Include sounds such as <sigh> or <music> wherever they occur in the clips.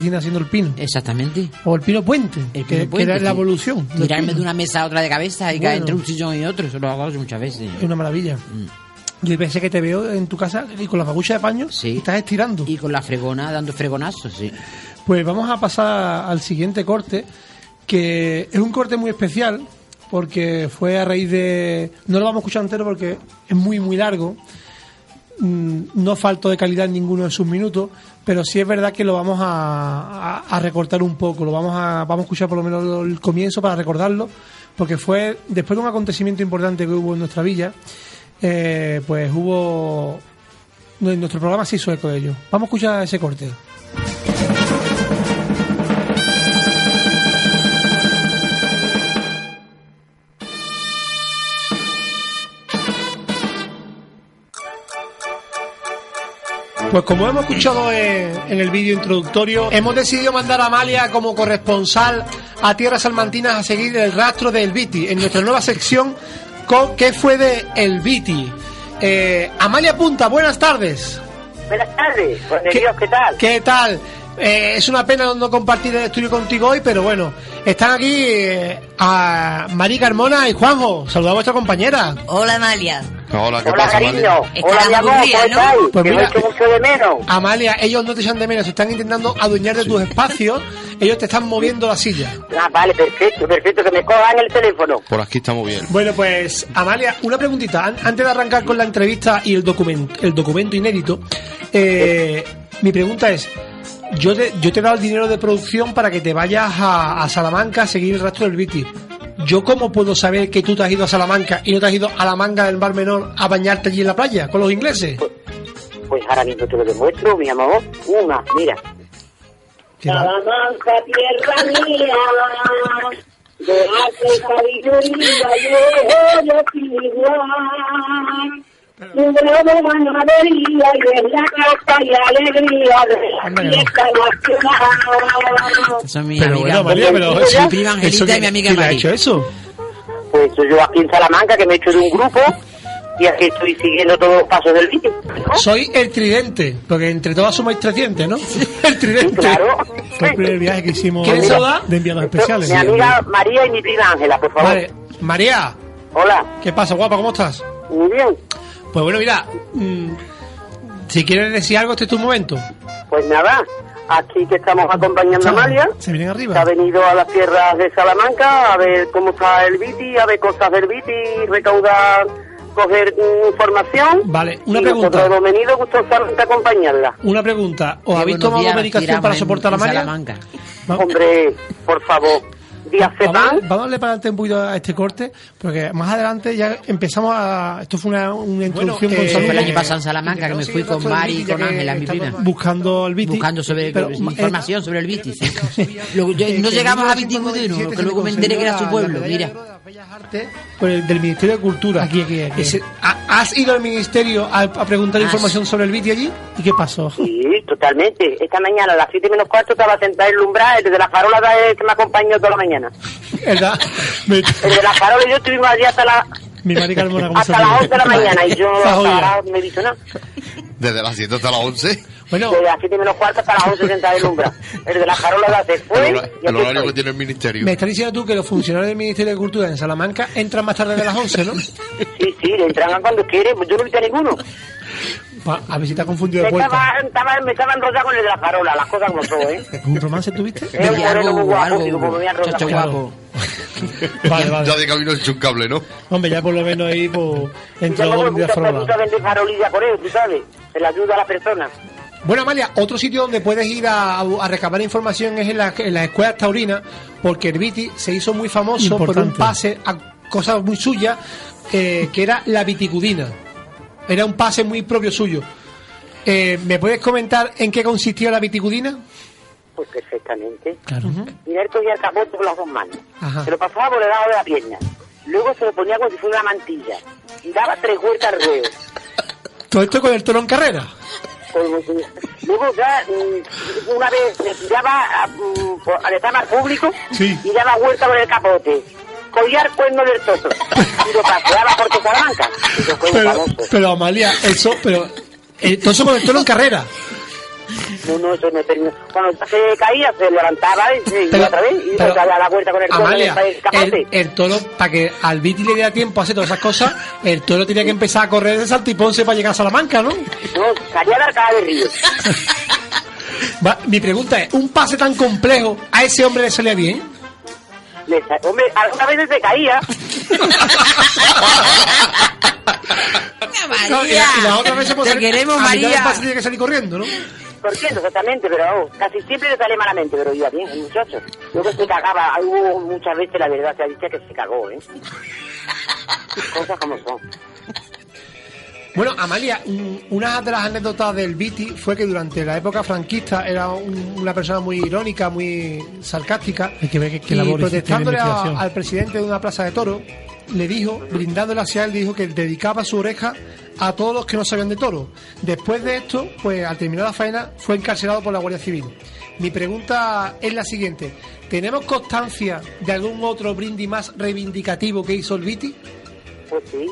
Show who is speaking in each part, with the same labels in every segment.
Speaker 1: viene haciendo el pino.
Speaker 2: Exactamente.
Speaker 1: O el pino puente,
Speaker 2: El
Speaker 1: que,
Speaker 2: pino
Speaker 1: que
Speaker 2: puente,
Speaker 1: era la
Speaker 2: sí.
Speaker 1: evolución. del
Speaker 2: Tirarme
Speaker 1: pino.
Speaker 2: de una mesa a otra de cabeza y
Speaker 1: Bueno.
Speaker 2: caer entre un sillón y otro. Eso lo hago muchas veces.
Speaker 1: Es una maravilla.
Speaker 2: Mm.
Speaker 1: Yo hay veces que te veo en tu casa y con la babucha de paño
Speaker 2: Sí.
Speaker 1: y estás estirando.
Speaker 2: Y con la fregona, dando fregonazos, sí.
Speaker 1: Pues vamos a pasar al siguiente corte, que es un corte muy especial, porque fue a raíz de... No lo vamos a escuchar entero porque es muy, muy largo. Mm, No faltó de calidad en ninguno de sus minutos, pero sí es verdad que lo vamos a, a- a recortar un poco. Lo vamos a, vamos a escuchar por lo menos el comienzo para recordarlo, porque fue después de un acontecimiento importante que hubo en nuestra villa, eh, pues hubo... Nuestro programa se hizo eco de ello. Vamos a escuchar ese corte. Pues como hemos escuchado eh, en el vídeo introductorio, hemos decidido mandar a Amalia como corresponsal a Tierras Salmantinas a seguir el rastro del Viti en nuestra nueva sección con qué fue de El Viti. Eh, Amalia Punta, buenas tardes.
Speaker 3: Buenas tardes, Juan de Eh, Dios, ¿qué tal?
Speaker 1: ¿Qué tal? Eh, es una pena no compartir el estudio contigo hoy, pero bueno, están aquí eh, a Mari Carmona y Juanjo. Saluda a vuestra compañera.
Speaker 4: Hola, Amalia.
Speaker 5: Hola, ¿qué
Speaker 3: Hola,
Speaker 5: pasa,
Speaker 3: cariño.
Speaker 5: Mario?
Speaker 3: Hola,
Speaker 4: Estarás
Speaker 3: mi amor,
Speaker 4: aburrida,
Speaker 3: ¿cómo
Speaker 4: ¿no?
Speaker 3: estáis?
Speaker 1: Pues
Speaker 3: que lo
Speaker 1: mira-
Speaker 3: echo mucho de menos.
Speaker 1: Amalia, ellos no te echan de menos, se están intentando adueñar de tus espacios, ellos te están moviendo la silla.
Speaker 3: Ah, vale, perfecto, perfecto, que me cojan el teléfono.
Speaker 5: Por aquí estamos bien.
Speaker 1: Bueno, pues Amalia, una preguntita. An- Antes de arrancar con la entrevista y el documento, el documento inédito, eh, mi pregunta es, yo te, yo te he dado el dinero de producción para que te vayas a, a Salamanca a seguir el rastro del Viti. ¿Yo cómo puedo saber que tú te has ido a Salamanca y no te has ido a la manga del Mar Menor a bañarte allí en la playa con los ingleses?
Speaker 3: Pues ahora mismo te lo demuestro, mi amor. Una, mira.
Speaker 1: Qué va-
Speaker 3: Salamanca, tierra mía, de arte y sabiduría yo eres igual. Un grado de ganadería y es la casa y alegría de la fiesta nacional.
Speaker 2: Eso es mi
Speaker 1: Pero bueno,
Speaker 2: amiga.
Speaker 1: Amalia, pero
Speaker 3: Mi
Speaker 1: eso-
Speaker 2: prima Angelita
Speaker 1: eso que-
Speaker 2: y mi amiga
Speaker 1: ¿quién ha
Speaker 2: Mari.
Speaker 1: hecho eso?
Speaker 3: Pues yo aquí en Salamanca, que me he hecho de un grupo, y aquí estoy siguiendo todos los pasos del vídeo.
Speaker 1: Soy el tridente, porque entre todas somos 300, ¿no? <laughs> El tridente.
Speaker 3: Claro.
Speaker 6: Fue el primer viaje que hicimos
Speaker 1: ¿Quieren saludar?
Speaker 6: de enviados especiales.
Speaker 3: Mi amiga María y mi prima Ángela, por favor.
Speaker 1: Vale, María,
Speaker 3: Hola,
Speaker 1: ¿qué pasa, guapa? ¿Cómo estás?
Speaker 3: muy bien.
Speaker 1: Pues bueno, mira, mm, si quieres decir algo, este es tu momento.
Speaker 3: Pues nada, aquí que estamos acompañando a Amalia,
Speaker 6: Se
Speaker 1: <laughs>
Speaker 3: que
Speaker 6: vienen
Speaker 3: ha
Speaker 6: arriba.
Speaker 3: venido a las tierras de Salamanca a ver cómo está el Viti, a ver cosas del Viti, recaudar, coger mm, información.
Speaker 1: Vale, una
Speaker 3: y
Speaker 1: pregunta.
Speaker 3: Nosotros hemos venido gustosamente a acompañarla.
Speaker 1: Una pregunta, ¿os
Speaker 2: Qué
Speaker 1: habéis
Speaker 2: buenos
Speaker 1: tomado
Speaker 2: días,
Speaker 1: medicación
Speaker 2: tiramos
Speaker 1: para
Speaker 2: en-
Speaker 1: soportar la
Speaker 2: en
Speaker 1: María?
Speaker 2: Salamanca.
Speaker 3: Hombre, por favor,
Speaker 1: Vamos,
Speaker 3: Diazepam.
Speaker 1: vamos a darle para adelante un poquito a este corte, porque más adelante ya empezamos a... Esto fue una, una introducción
Speaker 2: Eso
Speaker 1: con
Speaker 2: eh, fue
Speaker 1: salud.
Speaker 2: el año pasado en Salamanca, que me fui con Mari y con Ángela, mi prima.
Speaker 1: Buscando el Viti.
Speaker 2: Buscando sobre
Speaker 1: Pero,
Speaker 2: información sobre el Vitis. Luego, yo- no llegamos a Vitigudino, que luego me enteré que era su pueblo. Mira,
Speaker 1: Por el- del Ministerio de Cultura.
Speaker 6: Aquí, aquí, aquí.
Speaker 1: Ese- ¿ha- ¿Has ido al Ministerio a, a preguntar
Speaker 2: Ah,
Speaker 1: información sobre el Viti allí?
Speaker 6: ¿Y qué pasó?
Speaker 3: Sí, totalmente. Esta mañana a las 7 menos cuarto estaba sentado en el umbral, el de la farola era el que me acompañó toda la mañana.
Speaker 2: <laughs>
Speaker 1: ¿Verdad? Me-
Speaker 3: El de la farola y yo estuvimos allí hasta, la,
Speaker 6: Mi Mari Carmona, ¿cómo se
Speaker 3: hasta las 11
Speaker 6: ríe?
Speaker 3: de la mañana y yo
Speaker 6: Está
Speaker 3: hasta
Speaker 6: jodida.
Speaker 3: ahora me he dicho nada.
Speaker 5: Desde las 7 hasta las 11.
Speaker 1: bueno,
Speaker 3: Desde las 7 menos cuarto hasta las 11 sentado en el umbral. El de la farola se
Speaker 5: El,
Speaker 3: fue
Speaker 5: hora-
Speaker 3: y
Speaker 5: el
Speaker 3: aquí
Speaker 5: horario que
Speaker 3: estoy.
Speaker 5: tiene el ministerio.
Speaker 1: me estás diciendo tú que los funcionarios del Ministerio de Cultura en Salamanca entran más tarde de las 11,
Speaker 2: <laughs>
Speaker 1: ¿no?
Speaker 3: Sí, sí, entran cuando quieren, yo no vi a ninguno.
Speaker 1: Pa- a ver si te has confundido
Speaker 3: Me
Speaker 1: de puerta.
Speaker 3: estaba, estaba- me estaba enrollado con el de la farola, las cosas como
Speaker 2: <laughs>
Speaker 3: son, ¿eh?
Speaker 1: ¿Un romance tuviste?
Speaker 3: Es un
Speaker 2: Di
Speaker 3: moreno muy
Speaker 2: algo,
Speaker 3: guapo,
Speaker 2: algo,
Speaker 3: digo, pues me voy a enrollar
Speaker 2: chacho
Speaker 3: con él.
Speaker 2: guapo.
Speaker 6: Vale, vale.
Speaker 5: Ya de camino he hecho un cable, ¿no?
Speaker 6: Hombre, ya por lo menos ahí pues,
Speaker 3: Ya
Speaker 6: entró
Speaker 3: luego
Speaker 6: con
Speaker 3: me
Speaker 6: Díaz
Speaker 3: gusta
Speaker 6: Farola.
Speaker 3: mucho vender farolillas por él, tú sabes. Se le ayuda a las personas.
Speaker 1: Bueno, Amalia, otro sitio donde puedes ir a, a recabar información es en, la- en las escuelas taurinas, porque el Viti se hizo muy famoso por un
Speaker 6: Importante.
Speaker 1: pase a cosas muy suyas, eh, que era la viticudina. Era un pase muy propio suyo. Eh, ¿Me puedes comentar en qué consistía la viticudina?
Speaker 3: Pues perfectamente.
Speaker 6: Claro.
Speaker 3: Mira, esto ya el capote con las dos manos.
Speaker 1: Ajá.
Speaker 3: Se lo pasaba por el lado de la pierna. Luego se lo ponía como si fuera una mantilla. Y daba tres vueltas al ruedo.
Speaker 1: Todo esto con el toro en carrera.
Speaker 3: Como si- Pues, Luego ya, mm, una vez le tiraba a, mm, por- al estar al público
Speaker 1: Sí.
Speaker 3: y daba vuelta por el capote. Collar el cuerno del toto. Y lo paseaba por toda Salamanca. Y yo pues, fue un
Speaker 1: Pero,
Speaker 3: famoso.
Speaker 1: pero, Amalia, eso, pero... eh, Todo eso con el toro en carrera.
Speaker 3: No, no, eso no terminó. Cuando se caía, se levantaba y se iba otra vez y iba
Speaker 1: pero,
Speaker 3: a la, la vuelta con el coche
Speaker 1: Amalia,
Speaker 3: para escaparse.
Speaker 1: el, el toro, para que al Viti le diera tiempo a hacer todas esas cosas, el toro tenía que empezar a correr de Saltiponce para llegar a Salamanca, ¿no?
Speaker 3: No, caía la Alcalá del Río.
Speaker 1: Va, mi pregunta es, ¿un pase tan complejo a ese hombre le salía bien?
Speaker 3: Le sa- hombre, algunas veces se caía.
Speaker 1: No, y,
Speaker 2: María.
Speaker 1: la- y las otras veces pues,
Speaker 2: Te
Speaker 1: sal-
Speaker 2: queremos,
Speaker 1: a mitad del
Speaker 2: María.
Speaker 1: pase tenía que salir corriendo, ¿no?
Speaker 3: ¿Por qué? No Exactamente, pero vamos, casi siempre le sale malamente, pero iba bien, el muchacho. Luego se cagaba, ah, hubo muchas veces, la verdad, se ha dicho que se
Speaker 1: <laughs>
Speaker 3: cagó, ¿eh? Cosas como son.
Speaker 1: Bueno, Amalia, un- una de las anécdotas del Viti fue que durante la época franquista era un- una persona muy irónica, muy sarcástica.
Speaker 6: Hay que ver qué- qué
Speaker 1: y
Speaker 6: labor hiciste de
Speaker 1: protestándole a-
Speaker 6: investigación.
Speaker 1: al presidente de una plaza de toros, le dijo, brindándole hacia él, dijo que dedicaba su oreja a todos los que no sabían de toro. Después de esto, pues al terminar la faena, fue encarcelado por la Guardia Civil. Mi pregunta es la siguiente: ¿tenemos constancia de algún otro brindis más reivindicativo que hizo el Viti?
Speaker 3: Pues sí.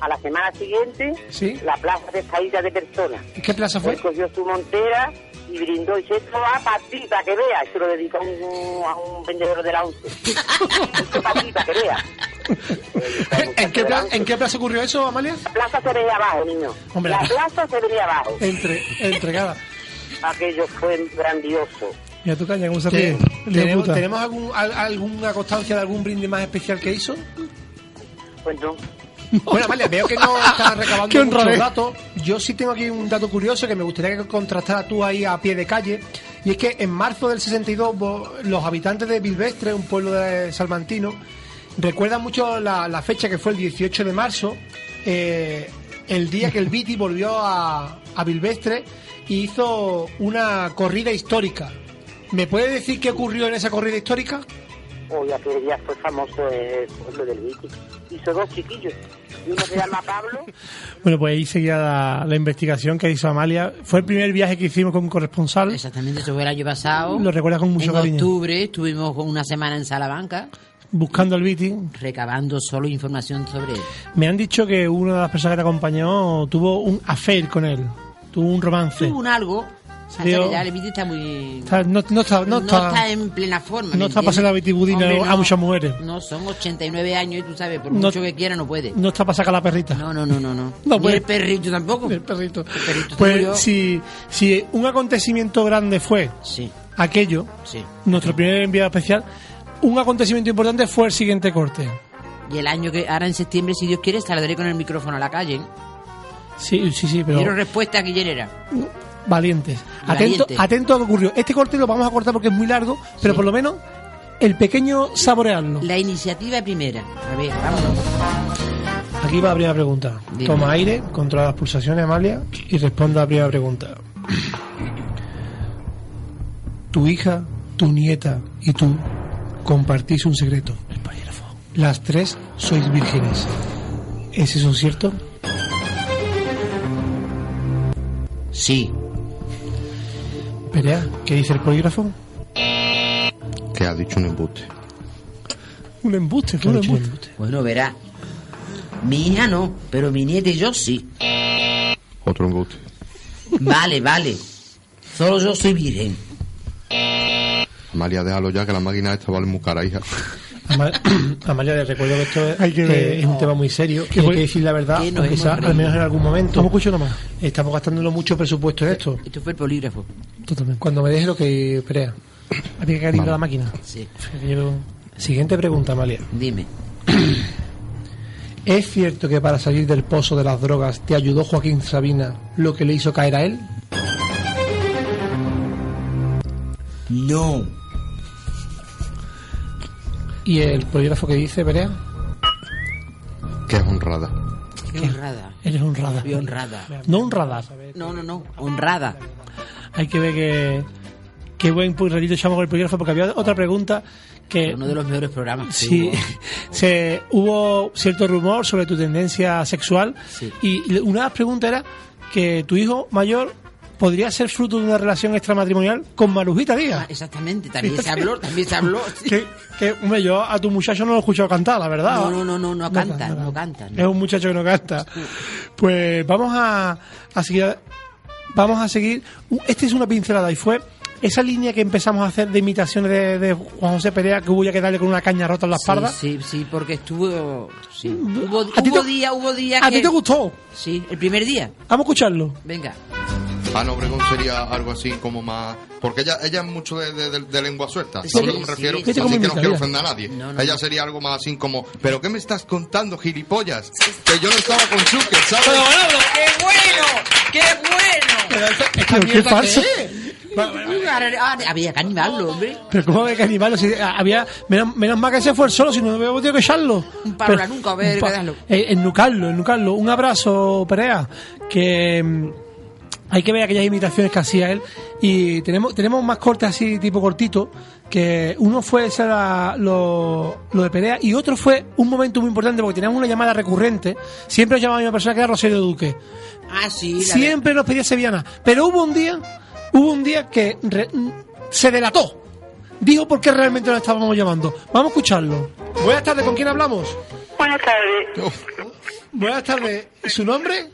Speaker 3: A la semana siguiente,
Speaker 1: Sí.
Speaker 3: la plaza descaída de personas.
Speaker 1: ¿Qué plaza fue?
Speaker 3: Él cogió su montera y brindó y se esto va para ti, para que veas. Se lo dedicó a un, a un vendedor de la once.
Speaker 1: <laughs>
Speaker 3: Esto para ti, para que veas.
Speaker 1: ¿En qué, pla- ¿En qué plaza ocurrió eso, Amalia?
Speaker 3: La plaza se venía abajo, niño.
Speaker 1: Hombre,
Speaker 3: la
Speaker 1: la-
Speaker 3: plaza se
Speaker 1: <laughs>
Speaker 3: venía abajo.
Speaker 1: Entre, entregada.
Speaker 3: Aquello fue grandioso.
Speaker 6: Mira tu caña, cómo se ríe.
Speaker 1: ¿Te-
Speaker 6: Hijo de
Speaker 1: ¿Tenemos,
Speaker 6: puta.
Speaker 1: tenemos algún, al- alguna constancia de algún brindis más especial que hizo?
Speaker 3: Pues no.
Speaker 1: Bueno, Amalia, veo que no <laughs> estás
Speaker 6: Qué
Speaker 1: recabando
Speaker 6: honradez.
Speaker 1: muchos datos. Yo sí tengo aquí un dato curioso que me gustaría que contrastara tú ahí a pie de calle. Y es que en marzo del 62, vos- los habitantes de Bilvestre, un pueblo de salmantino, recuerdan mucho la, la fecha que fue el 18 de marzo, eh, el día que el <laughs> Viti volvió a, a Bilvestre y hizo una corrida histórica. ¿Me puede decir qué ocurrió en esa corrida histórica?
Speaker 3: Hoy aquel día fue famoso el pueblo del Viti. Hizo dos chiquillos. Y uno se llama Pablo.
Speaker 6: Bueno, pues ahí seguía la, la investigación que hizo Amalia. Fue el primer viaje que hicimos con un corresponsal.
Speaker 2: Exactamente, eso fue el año pasado.
Speaker 6: Lo recuerdas con mucho
Speaker 2: en
Speaker 6: cariño.
Speaker 2: octubre estuvimos con una semana en Salamanca
Speaker 6: buscando al Viti.
Speaker 2: recabando solo información sobre él.
Speaker 6: Me han dicho que una de las personas que te acompañó tuvo un affair con él. Tuvo un romance.
Speaker 2: Tuvo un algo. Pasa
Speaker 6: Leo.
Speaker 2: que ya el Viti está muy...
Speaker 6: Está- no, no está, no,
Speaker 2: no,
Speaker 6: está,
Speaker 2: está en plena forma.
Speaker 6: no
Speaker 2: ¿me
Speaker 6: está para
Speaker 2: entiendes?
Speaker 6: ser la vitibudina
Speaker 2: Hombre,
Speaker 6: a muchas mujeres.
Speaker 2: No, son 89 años y tú sabes, por
Speaker 6: No-
Speaker 2: mucho que quiera no puede.
Speaker 6: no está para sacar la perrita.
Speaker 2: No, no, no, no. no.
Speaker 6: No
Speaker 2: Ni
Speaker 6: puede.
Speaker 2: el perrito tampoco.
Speaker 6: El perrito.
Speaker 2: perrito se murió.
Speaker 6: Pues si, si un acontecimiento grande fue
Speaker 2: Sí,
Speaker 6: aquello,
Speaker 2: sí.
Speaker 6: nuestro primer enviado especial, un acontecimiento importante fue el siguiente corte.
Speaker 2: Y el año que ahora en septiembre, si Dios quiere, saldré con el micrófono a la calle.
Speaker 6: Sí, sí, sí, pero
Speaker 2: Quiero respuesta a Guillerera.
Speaker 6: valientes. Atento,
Speaker 2: Valiente.
Speaker 6: atento a lo que ocurrió. Este corte lo vamos a cortar porque es muy largo, pero
Speaker 2: Sí.
Speaker 6: por lo menos el pequeño saborearlo.
Speaker 2: La iniciativa primera. A ver, vámonos.
Speaker 6: Aquí va la primera pregunta.
Speaker 2: Dime.
Speaker 6: Toma aire, controla las pulsaciones, Amalia, y responda a la primera pregunta.
Speaker 1: Tu hija, tu nieta y tú compartís un secreto. Las tres sois vírgenes. ¿Es eso cierto?
Speaker 2: Sí.
Speaker 1: Perea, ¿qué dice el polígrafo?
Speaker 5: Que ha dicho un embuste.
Speaker 6: Un embuste, fue un
Speaker 1: Claro, chico,
Speaker 6: embuste.
Speaker 2: Bueno, Pues verá. Mi hija no, pero mi nieta y yo sí.
Speaker 5: Otro embuste.
Speaker 2: Vale, vale. Solo yo soy virgen.
Speaker 5: María, déjalo ya, que la máquina esta vale muy cara, hija.
Speaker 1: Ama- <coughs> Amalia, les recuerdo que esto es,
Speaker 6: Hay que
Speaker 1: eh,
Speaker 6: ver.
Speaker 1: es un tema muy serio.
Speaker 6: Que
Speaker 1: Que hay
Speaker 6: voy-
Speaker 1: que decir la verdad,
Speaker 2: Que nos
Speaker 1: aunque
Speaker 2: hemos
Speaker 1: sea,
Speaker 2: reído.
Speaker 1: al menos en algún momento.
Speaker 6: Vamos a escuchar nomás.
Speaker 1: Estamos gastándolo mucho presupuesto en esto.
Speaker 2: Esto fue el polígrafo.
Speaker 6: Totalmente.
Speaker 1: Cuando me dejes lo que Perea.
Speaker 6: Había que calibrar la máquina.
Speaker 2: Sí.
Speaker 6: Yo-
Speaker 1: Siguiente pregunta, Amalia.
Speaker 2: Dime.
Speaker 1: ¿Es cierto que para salir del pozo de las drogas te ayudó Joaquín Sabina lo que le hizo caer a él?
Speaker 2: No.
Speaker 1: ¿Y el polígrafo que dice, Perea?
Speaker 5: Que es honrada.
Speaker 2: Qué honrada.
Speaker 6: Eres honrada.
Speaker 2: Fui honrada.
Speaker 6: No un radar.
Speaker 2: No, no, no. Honrada.
Speaker 6: Hay que ver que. Qué buen ratito echamos con el polígrafo porque había otra pregunta que.
Speaker 2: Uno de los mejores programas. que
Speaker 6: Eh, Sí,
Speaker 2: hubo.
Speaker 6: <laughs> se, hubo cierto rumor sobre tu tendencia sexual
Speaker 2: Sí.
Speaker 6: y una de las preguntas era que tu hijo mayor podría ser fruto de una relación extramatrimonial con Marujita
Speaker 2: Ah,
Speaker 6: Díaz.
Speaker 2: exactamente. También se habló, también se
Speaker 6: <laughs>
Speaker 2: habló. sí.
Speaker 6: Que, que, hombre, yo a tu muchacho no lo he escuchado cantar, la verdad.
Speaker 2: No, no, no, no, no canta, no canta, no.
Speaker 6: Es un muchacho que no canta. Pues vamos a, a seguir vamos a seguir. Este es una pincelada y fue esa línea que empezamos a hacer de imitaciones de, de Juan José Perea, que hubo ya que darle con una caña rota en la espalda.
Speaker 2: Sí, sí, sí porque estuvo. Sí. Hubo, hubo días, hubo días.
Speaker 6: ¿A ti te gustó?
Speaker 2: Sí, el primer día.
Speaker 6: Vamos a escucharlo.
Speaker 2: Venga.
Speaker 5: Ana Ah, Obregón sería algo así como más. Porque ella, ella es mucho de, de, de lengua suelta, ¿sabes sí, a lo que me refiero?
Speaker 6: Vete
Speaker 5: así
Speaker 6: como
Speaker 5: que no
Speaker 6: invita,
Speaker 5: quiero
Speaker 6: mira.
Speaker 5: ofender a nadie.
Speaker 2: No, no,
Speaker 5: ella
Speaker 2: no.
Speaker 5: sería algo más así como, ¿pero qué me estás contando, gilipollas? Que yo no estaba con Zucker, ¿sabes? <laughs>
Speaker 2: ¡Qué bueno! ¡Qué bueno!
Speaker 6: Pero esta, esta
Speaker 7: Pero qué
Speaker 6: mierda
Speaker 7: falso.
Speaker 6: que es.
Speaker 2: Ah, Había que animarlo, hombre.
Speaker 6: Pero cómo había que animarlo, si ah, había menos, menos mal que se fue el solo, si no hubiéramos tenido que echarlo.
Speaker 2: Un palo
Speaker 6: Pero-
Speaker 2: a la nuca, a ver,
Speaker 6: un pa-
Speaker 2: qué darlo.
Speaker 6: eh, ennucarlo, ennucarlo. Un abrazo, Perea, que mm, hay que ver aquellas imitaciones que hacía él. Y tenemos, tenemos más cortes así, tipo cortito, que uno fue ese era lo, lo de Perea y otro fue un momento muy importante porque teníamos una llamada recurrente. Siempre nos llamaba a una persona que era Rosario Duque
Speaker 2: Ah, sí. la
Speaker 6: siempre nos pedía sevillana. Pero hubo un día, hubo un día que re- se delató. Dijo por qué realmente nos estábamos llamando. Vamos a escucharlo. Buenas tardes, ¿con quién hablamos?
Speaker 8: Buenas tardes,
Speaker 6: Buenas tardes, ¿su nombre?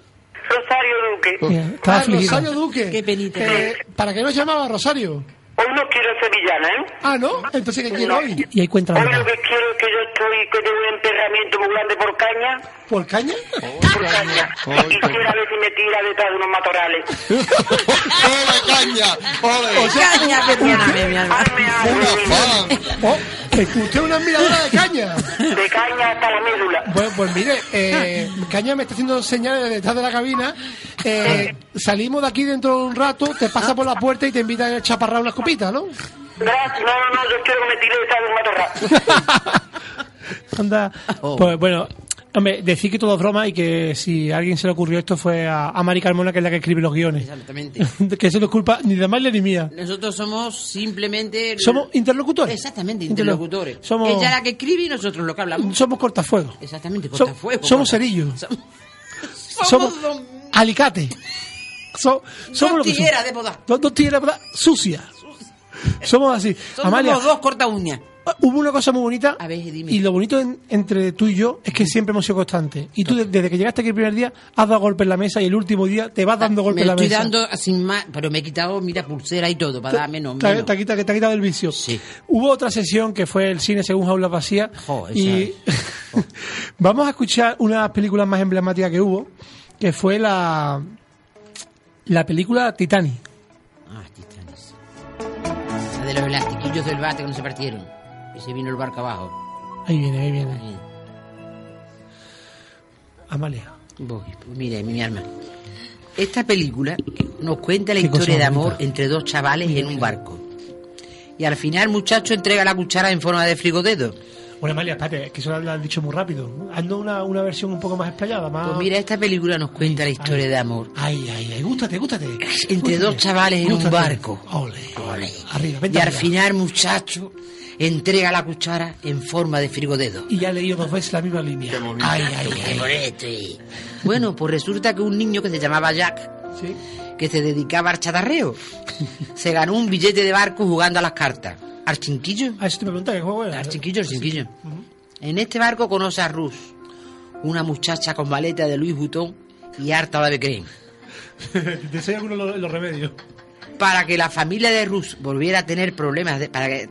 Speaker 8: Rosario Duque.
Speaker 6: Mira, estaba
Speaker 7: Ah,
Speaker 6: afligido.
Speaker 7: Rosario Duque.
Speaker 2: Qué penita.
Speaker 7: Eh, ¿Para qué nos llamaba Rosario?
Speaker 8: Hoy no quiero sevillana, ¿eh?
Speaker 7: Ah, ¿no? Entonces, ¿qué quiero hoy?
Speaker 6: Y ahí
Speaker 3: Ah.
Speaker 6: cuenta la
Speaker 8: Hoy lo
Speaker 6: verdad.
Speaker 8: que quiero es que yo estoy con un emperramiento muy grande por caña.
Speaker 7: ¿Por caña?
Speaker 8: Por caña.
Speaker 5: Ay,
Speaker 8: Quisiera ver si me tira detrás de unos matorrales.
Speaker 5: ¡Ole, caña! ¡Ole!
Speaker 2: verdad.
Speaker 1: <laughs>
Speaker 2: Caña, perdóname, mi alma.
Speaker 8: Hazme
Speaker 5: ¡Una
Speaker 8: algo
Speaker 5: fan!
Speaker 7: Oh, ¿es usted una admiradora de caña?
Speaker 8: de caña hasta la médula.
Speaker 7: Bueno, pues mire, eh, Caña me está haciendo señales de detrás de la cabina. Eh, salimos de aquí dentro de un rato, te pasa por la puerta y te invitan a chaparrar unas copitas, ¿no?
Speaker 8: Gracias. No, no, no, yo quiero que me tire detrás de un matorral.
Speaker 6: <laughs> Anda.
Speaker 2: Oh.
Speaker 6: Pues bueno, hombre, decir que todo es broma y que si a alguien se le ocurrió esto fue a, a Mari Carmona, que es la que escribe los guiones. <laughs>
Speaker 2: Exactamente.
Speaker 6: que eso no es culpa ni de Amalia ni mía.
Speaker 2: Nosotros somos simplemente.
Speaker 6: Somos interlocutores.
Speaker 2: Exactamente,
Speaker 6: Interlo-
Speaker 2: interlocutores.
Speaker 6: Somos-
Speaker 2: Ella la que escribe y nosotros lo que hablamos.
Speaker 6: Somos cortafuegos.
Speaker 2: Exactamente,
Speaker 6: Som-
Speaker 2: cortafuegos.
Speaker 6: somos
Speaker 2: corta-
Speaker 6: cerillos.
Speaker 2: Som-
Speaker 6: somos
Speaker 2: Somos dos-
Speaker 6: alicate. So- <laughs> somos lo que
Speaker 2: tijeras
Speaker 6: somos.
Speaker 2: de podar.
Speaker 6: Dos, dos tijeras de podar sucias. Somos así.
Speaker 2: somos
Speaker 6: Amalia,
Speaker 2: dos corta uñas.
Speaker 6: Ah, hubo una cosa muy bonita.
Speaker 2: A ver, dime.
Speaker 6: Y lo bonito en- entre tú y yo es que siempre hemos sido constantes. Y tú, de- desde que llegaste aquí el primer día, has dado golpe en la mesa y el último día te vas dando
Speaker 2: Ah, me
Speaker 6: golpe en la
Speaker 2: estoy
Speaker 6: mesa.
Speaker 2: dando sin más, pero me he quitado, mira, pulsera y todo, para darme no.
Speaker 6: Te, te, ha quitado- te ha quitado el vicio.
Speaker 2: Sí.
Speaker 6: Hubo otra sesión que fue el cine según Jaula Vacía.
Speaker 2: Jo, esa
Speaker 6: y <laughs> vamos a escuchar una de las películas más emblemáticas que hubo, que fue la, la película Titanic.
Speaker 2: Ah, Titanes. La de los elastiquillos del bate que no se partieron. Y se vino el barco abajo.
Speaker 6: Ahí viene, ahí viene.
Speaker 2: Ahí.
Speaker 6: Amalia.
Speaker 2: Voy, pues mire, mi alma. Esta película nos cuenta la
Speaker 6: Qué cosa
Speaker 2: historia de
Speaker 6: bonita.
Speaker 2: amor entre dos chavales en un barco. Y al final el muchacho entrega la cuchara en forma de frigodedo.
Speaker 6: Bueno, Amalia, espérate, es que eso lo han dicho muy rápido. Haznos una, una versión un poco más explayada, más...
Speaker 2: Pues mira, esta película nos cuenta la historia de amor
Speaker 6: Ay, ay, ay, gústate, gústate.
Speaker 2: entre dos chavales en un
Speaker 6: Gústate.
Speaker 2: barco.
Speaker 6: Ole.
Speaker 2: Ole.
Speaker 6: Arriba,
Speaker 2: Y
Speaker 6: vente
Speaker 2: al
Speaker 6: arriba.
Speaker 2: final el muchacho entrega la cuchara en forma de frigodedo.
Speaker 6: Y ya he leído dos veces la misma línea. Ay, ay,
Speaker 2: Qué
Speaker 6: ay.
Speaker 2: bonito, y- Bueno, pues resulta que un niño que se llamaba Jack,
Speaker 6: Sí.
Speaker 2: que se dedicaba al
Speaker 6: <laughs>
Speaker 2: chatarreo, se ganó un billete de barco jugando a las cartas. ¿Al chinquillo?
Speaker 6: Ah, eso te pregunta qué juego era.
Speaker 2: Al chinquillo, al chinquillo. En este barco conoce a Ruth, una muchacha con maleta de Luis Butón y harta de creen.
Speaker 6: <laughs> Te soy alguno los los remedios.
Speaker 2: Para que la familia de Ruth volviera a tener problemas de, para que-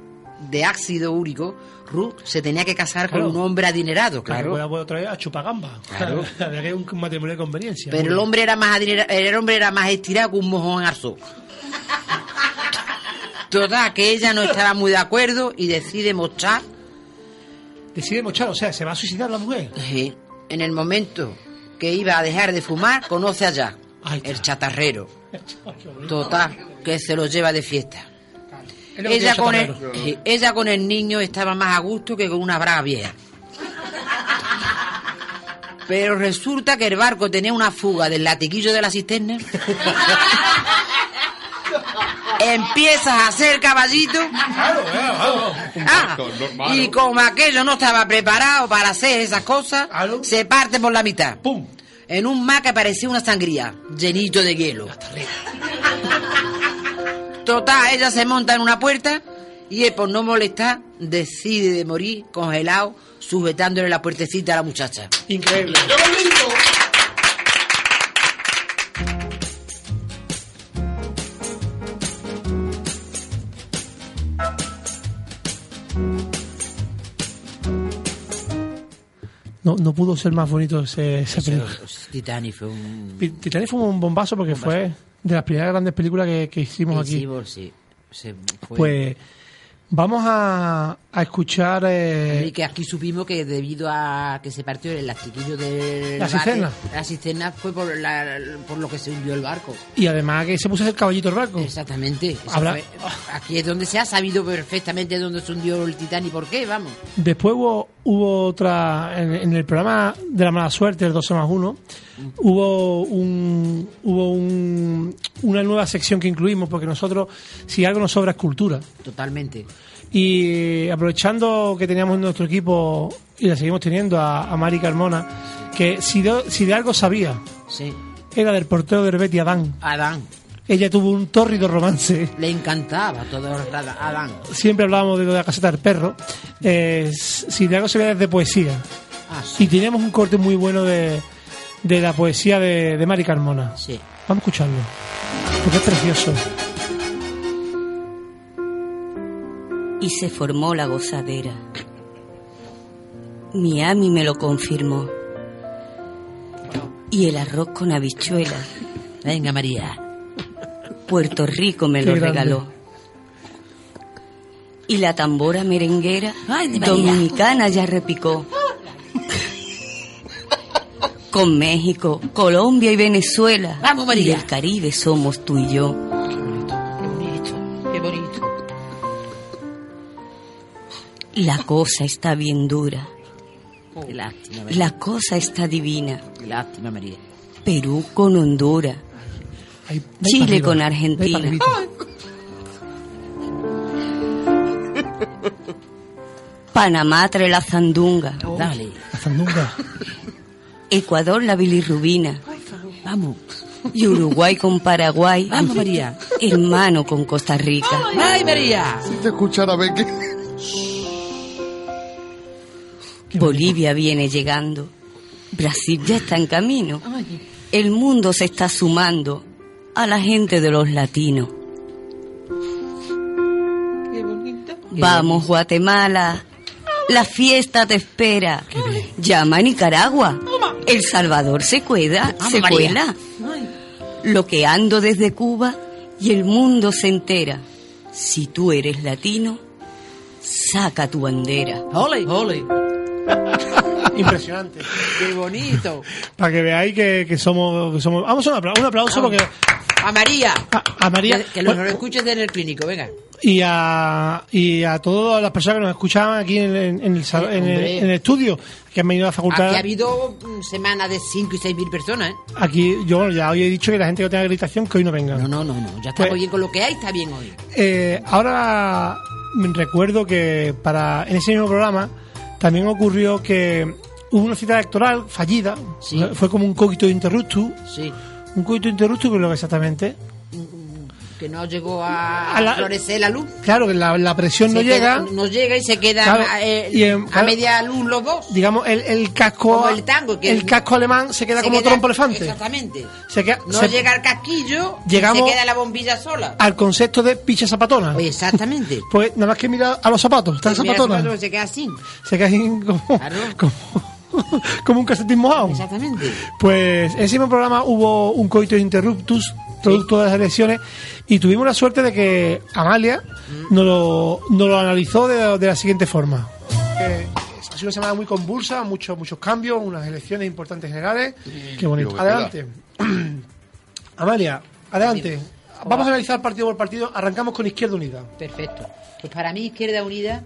Speaker 2: de ácido úrico, Ruth se tenía que casar
Speaker 6: Claro.
Speaker 2: con un hombre adinerado,
Speaker 6: Claro.
Speaker 2: claro.
Speaker 6: Voy a otra vez a chupagamba. <laughs>
Speaker 2: Claro.
Speaker 6: Había que un matrimonio de conveniencia.
Speaker 2: Pero el hombre era más adinera- el hombre era más estirado que un mojón arzo. Total, que ella no estaba muy de acuerdo y decide mostrar
Speaker 6: Decide mochar, o sea, se va a suicidar la mujer.
Speaker 2: eh, en el momento que iba a dejar de fumar, conoce a Jack,
Speaker 6: Ahí está.
Speaker 2: el chatarrero.
Speaker 6: <laughs> Ay, qué bonito.
Speaker 2: Total, que se lo lleva de fiesta.
Speaker 6: Es lo que
Speaker 2: Ella
Speaker 6: tiene
Speaker 2: con, el,
Speaker 6: chatarrero.
Speaker 2: eh, ella con el niño estaba más a gusto que con una braga vieja. Pero resulta que el barco tenía una fuga del latiquillo de la
Speaker 6: <laughs>
Speaker 2: cisterna. Empiezas a hacer caballito. Ah,
Speaker 5: barco normal.
Speaker 2: y como aquello no estaba preparado para hacer esas cosas,
Speaker 6: Claro.
Speaker 2: se parte por la mitad.
Speaker 6: ¡Pum!
Speaker 2: En un mar que parecía una sangría, llenito de hielo. Total, ella se monta en una puerta y él, por no molestar, decide de morir congelado, sujetándole la puertecita a la muchacha.
Speaker 6: Increíble. No, no pudo ser más bonito ese, ese película.
Speaker 2: Titanic fue un...
Speaker 6: Pi- Titanic fue un bombazo porque fue de las primeras grandes películas que, que hicimos aquí.
Speaker 2: Invincible, sí. Se fue-
Speaker 6: Pues vamos a, a escuchar... eh,
Speaker 2: Y que aquí supimos que debido a que se partió el elastiquillo del
Speaker 6: La
Speaker 2: barco,
Speaker 6: cisterna.
Speaker 2: la cisterna fue por, la- por lo que se hundió el barco.
Speaker 6: y además que se puso el caballito del barco.
Speaker 2: Exactamente. Eso
Speaker 6: Oh. Habla-
Speaker 2: fue- aquí es donde se ha sabido perfectamente dónde se hundió el titán y por qué, vamos.
Speaker 6: Después hubo, hubo otra, en, en el programa de la mala suerte, el 12 más 1, hubo, un, hubo un- una nueva sección que incluimos, porque nosotros, si algo nos sobra es cultura.
Speaker 2: Totalmente.
Speaker 6: Y eh, aprovechando que teníamos en nuestro equipo, y la seguimos teniendo, a, a Mari Carmona, que si de, si de algo sabía,
Speaker 2: Sí.
Speaker 6: era del portero del Betty Adán.
Speaker 2: Adán.
Speaker 6: Ella tuvo un tórrido romance.
Speaker 2: Le encantaba todo el rato. Adán.
Speaker 6: Siempre hablábamos de lo de la caseta del perro. Eh, si de algo sabía es de poesía.
Speaker 2: Ah,
Speaker 6: Y
Speaker 2: sí.
Speaker 6: teníamos un corte muy bueno de, de la poesía de, de Mari Carmona.
Speaker 2: Sí.
Speaker 6: Vamos a escucharlo. Porque es precioso.
Speaker 4: y se formó la gozadera. Miami me lo confirmó. Y el arroz con habichuela,
Speaker 2: Venga, María.
Speaker 4: Puerto Rico me lo
Speaker 6: Qué grande.
Speaker 4: regaló. Y la tambora merenguera
Speaker 2: Ay, de María.
Speaker 4: dominicana ya repicó. Con México, Colombia y Venezuela.
Speaker 2: Vamos, María.
Speaker 4: Y del Caribe somos tú y yo.
Speaker 2: Qué bonito. Qué bonito.
Speaker 4: La cosa está bien dura.
Speaker 6: Oh.
Speaker 2: Qué lástima, María.
Speaker 4: La cosa está divina.
Speaker 2: Qué lástima, María.
Speaker 4: Perú con Honduras.
Speaker 6: Ahí- ahí
Speaker 4: Chile
Speaker 6: para arriba,
Speaker 4: con
Speaker 6: ahí para
Speaker 4: Argentina.
Speaker 6: arribita.
Speaker 4: <laughs> Panamá trae la zandunga.
Speaker 6: Oh.
Speaker 2: Dale.
Speaker 6: La zandunga.
Speaker 4: Ecuador la bilirrubina.
Speaker 2: Vamos.
Speaker 4: Y Uruguay con Paraguay.
Speaker 2: Vamos, María.
Speaker 4: Hermano con Costa Rica.
Speaker 2: ¡Ay, María!
Speaker 5: Si te escuchara, ve
Speaker 2: <laughs>
Speaker 5: que...
Speaker 4: Bolivia viene llegando. Brasil ya está en camino. El mundo se está sumando a la gente de los latinos. Vamos, Guatemala. La fiesta te espera. Llama a Nicaragua. El Salvador se cuela, se cuela. Lo que ando desde Cuba y el mundo se entera. Si tú eres latino, saca tu bandera.
Speaker 2: ¡Ole! ¡Ole!
Speaker 6: <laughs> Impresionante.
Speaker 2: ¡Qué bonito!
Speaker 6: Para que veáis que, que somos, que somos. Vamos, un aplauso, un aplauso porque
Speaker 2: ¡A María!
Speaker 6: a, a María
Speaker 2: Ah. Que, que lo, lo escuches en el clínico, venga.
Speaker 6: y a y a todas las personas que nos escuchaban aquí en, en- en el, sal- en, el, en el estudio, que han venido a la facultad.
Speaker 2: Aquí ha habido mm, semanas de 5 y 6 mil personas, ¿eh?
Speaker 6: Aquí, yo bueno, ya hoy he dicho que la gente que tenga acreditación que hoy no venga.
Speaker 2: No, no, no, no. Ya estamos
Speaker 6: Pues-
Speaker 2: bien con lo que hay, está bien hoy.
Speaker 6: Eh, ahora me recuerdo que para en ese mismo programa también ocurrió que hubo una cita electoral fallida.
Speaker 2: Sí.
Speaker 6: Fue como un coquito interruptus.
Speaker 2: Sí.
Speaker 6: Un coquito interruptus, que es lo que exactamente.
Speaker 2: Que no llegó a,
Speaker 6: A la-
Speaker 2: florecer la luz.
Speaker 6: Claro, que la, la presión no
Speaker 2: Se
Speaker 6: llega.
Speaker 2: queda- no llega y se queda
Speaker 6: Claro,
Speaker 2: a, eh,
Speaker 6: y en-
Speaker 2: a
Speaker 6: claro.
Speaker 2: media luz los dos.
Speaker 6: Digamos, el, el casco.
Speaker 2: Como el tango, que
Speaker 6: el
Speaker 2: el-
Speaker 6: casco alemán se queda
Speaker 2: Se
Speaker 6: como
Speaker 2: queda-
Speaker 6: trompo elefante.
Speaker 2: Exactamente.
Speaker 6: Se queda-
Speaker 2: No
Speaker 6: se-
Speaker 2: llega el casquillo,
Speaker 6: Llegamos- Ah.
Speaker 2: se queda la bombilla sola.
Speaker 6: Al concepto de picha zapatona.
Speaker 2: Pues
Speaker 6: <laughs>
Speaker 2: exactamente.
Speaker 6: Pues nada más que mira a los zapatos. Están
Speaker 2: Pues Mira,
Speaker 6: zapatonas.
Speaker 2: zapato Se queda así.
Speaker 6: Se caen como,
Speaker 2: Claro.
Speaker 6: <laughs> como, como un calcetín mojado.
Speaker 2: Exactamente.
Speaker 6: Pues en ese mismo programa hubo un coito interruptus, producto de las elecciones, y tuvimos la suerte de que Amalia nos lo, nos lo analizó de, de la siguiente forma.
Speaker 1: Ha sido una semana muy convulsa, muchos muchos cambios, unas elecciones importantes generales.
Speaker 6: Qué bonito.
Speaker 5: Digo,
Speaker 6: <clears throat>
Speaker 1: Adelante. Amalia, adelante. Vamos a analizar partido por partido. Arrancamos con Izquierda Unida.
Speaker 2: Perfecto. Pues para mí Izquierda Unida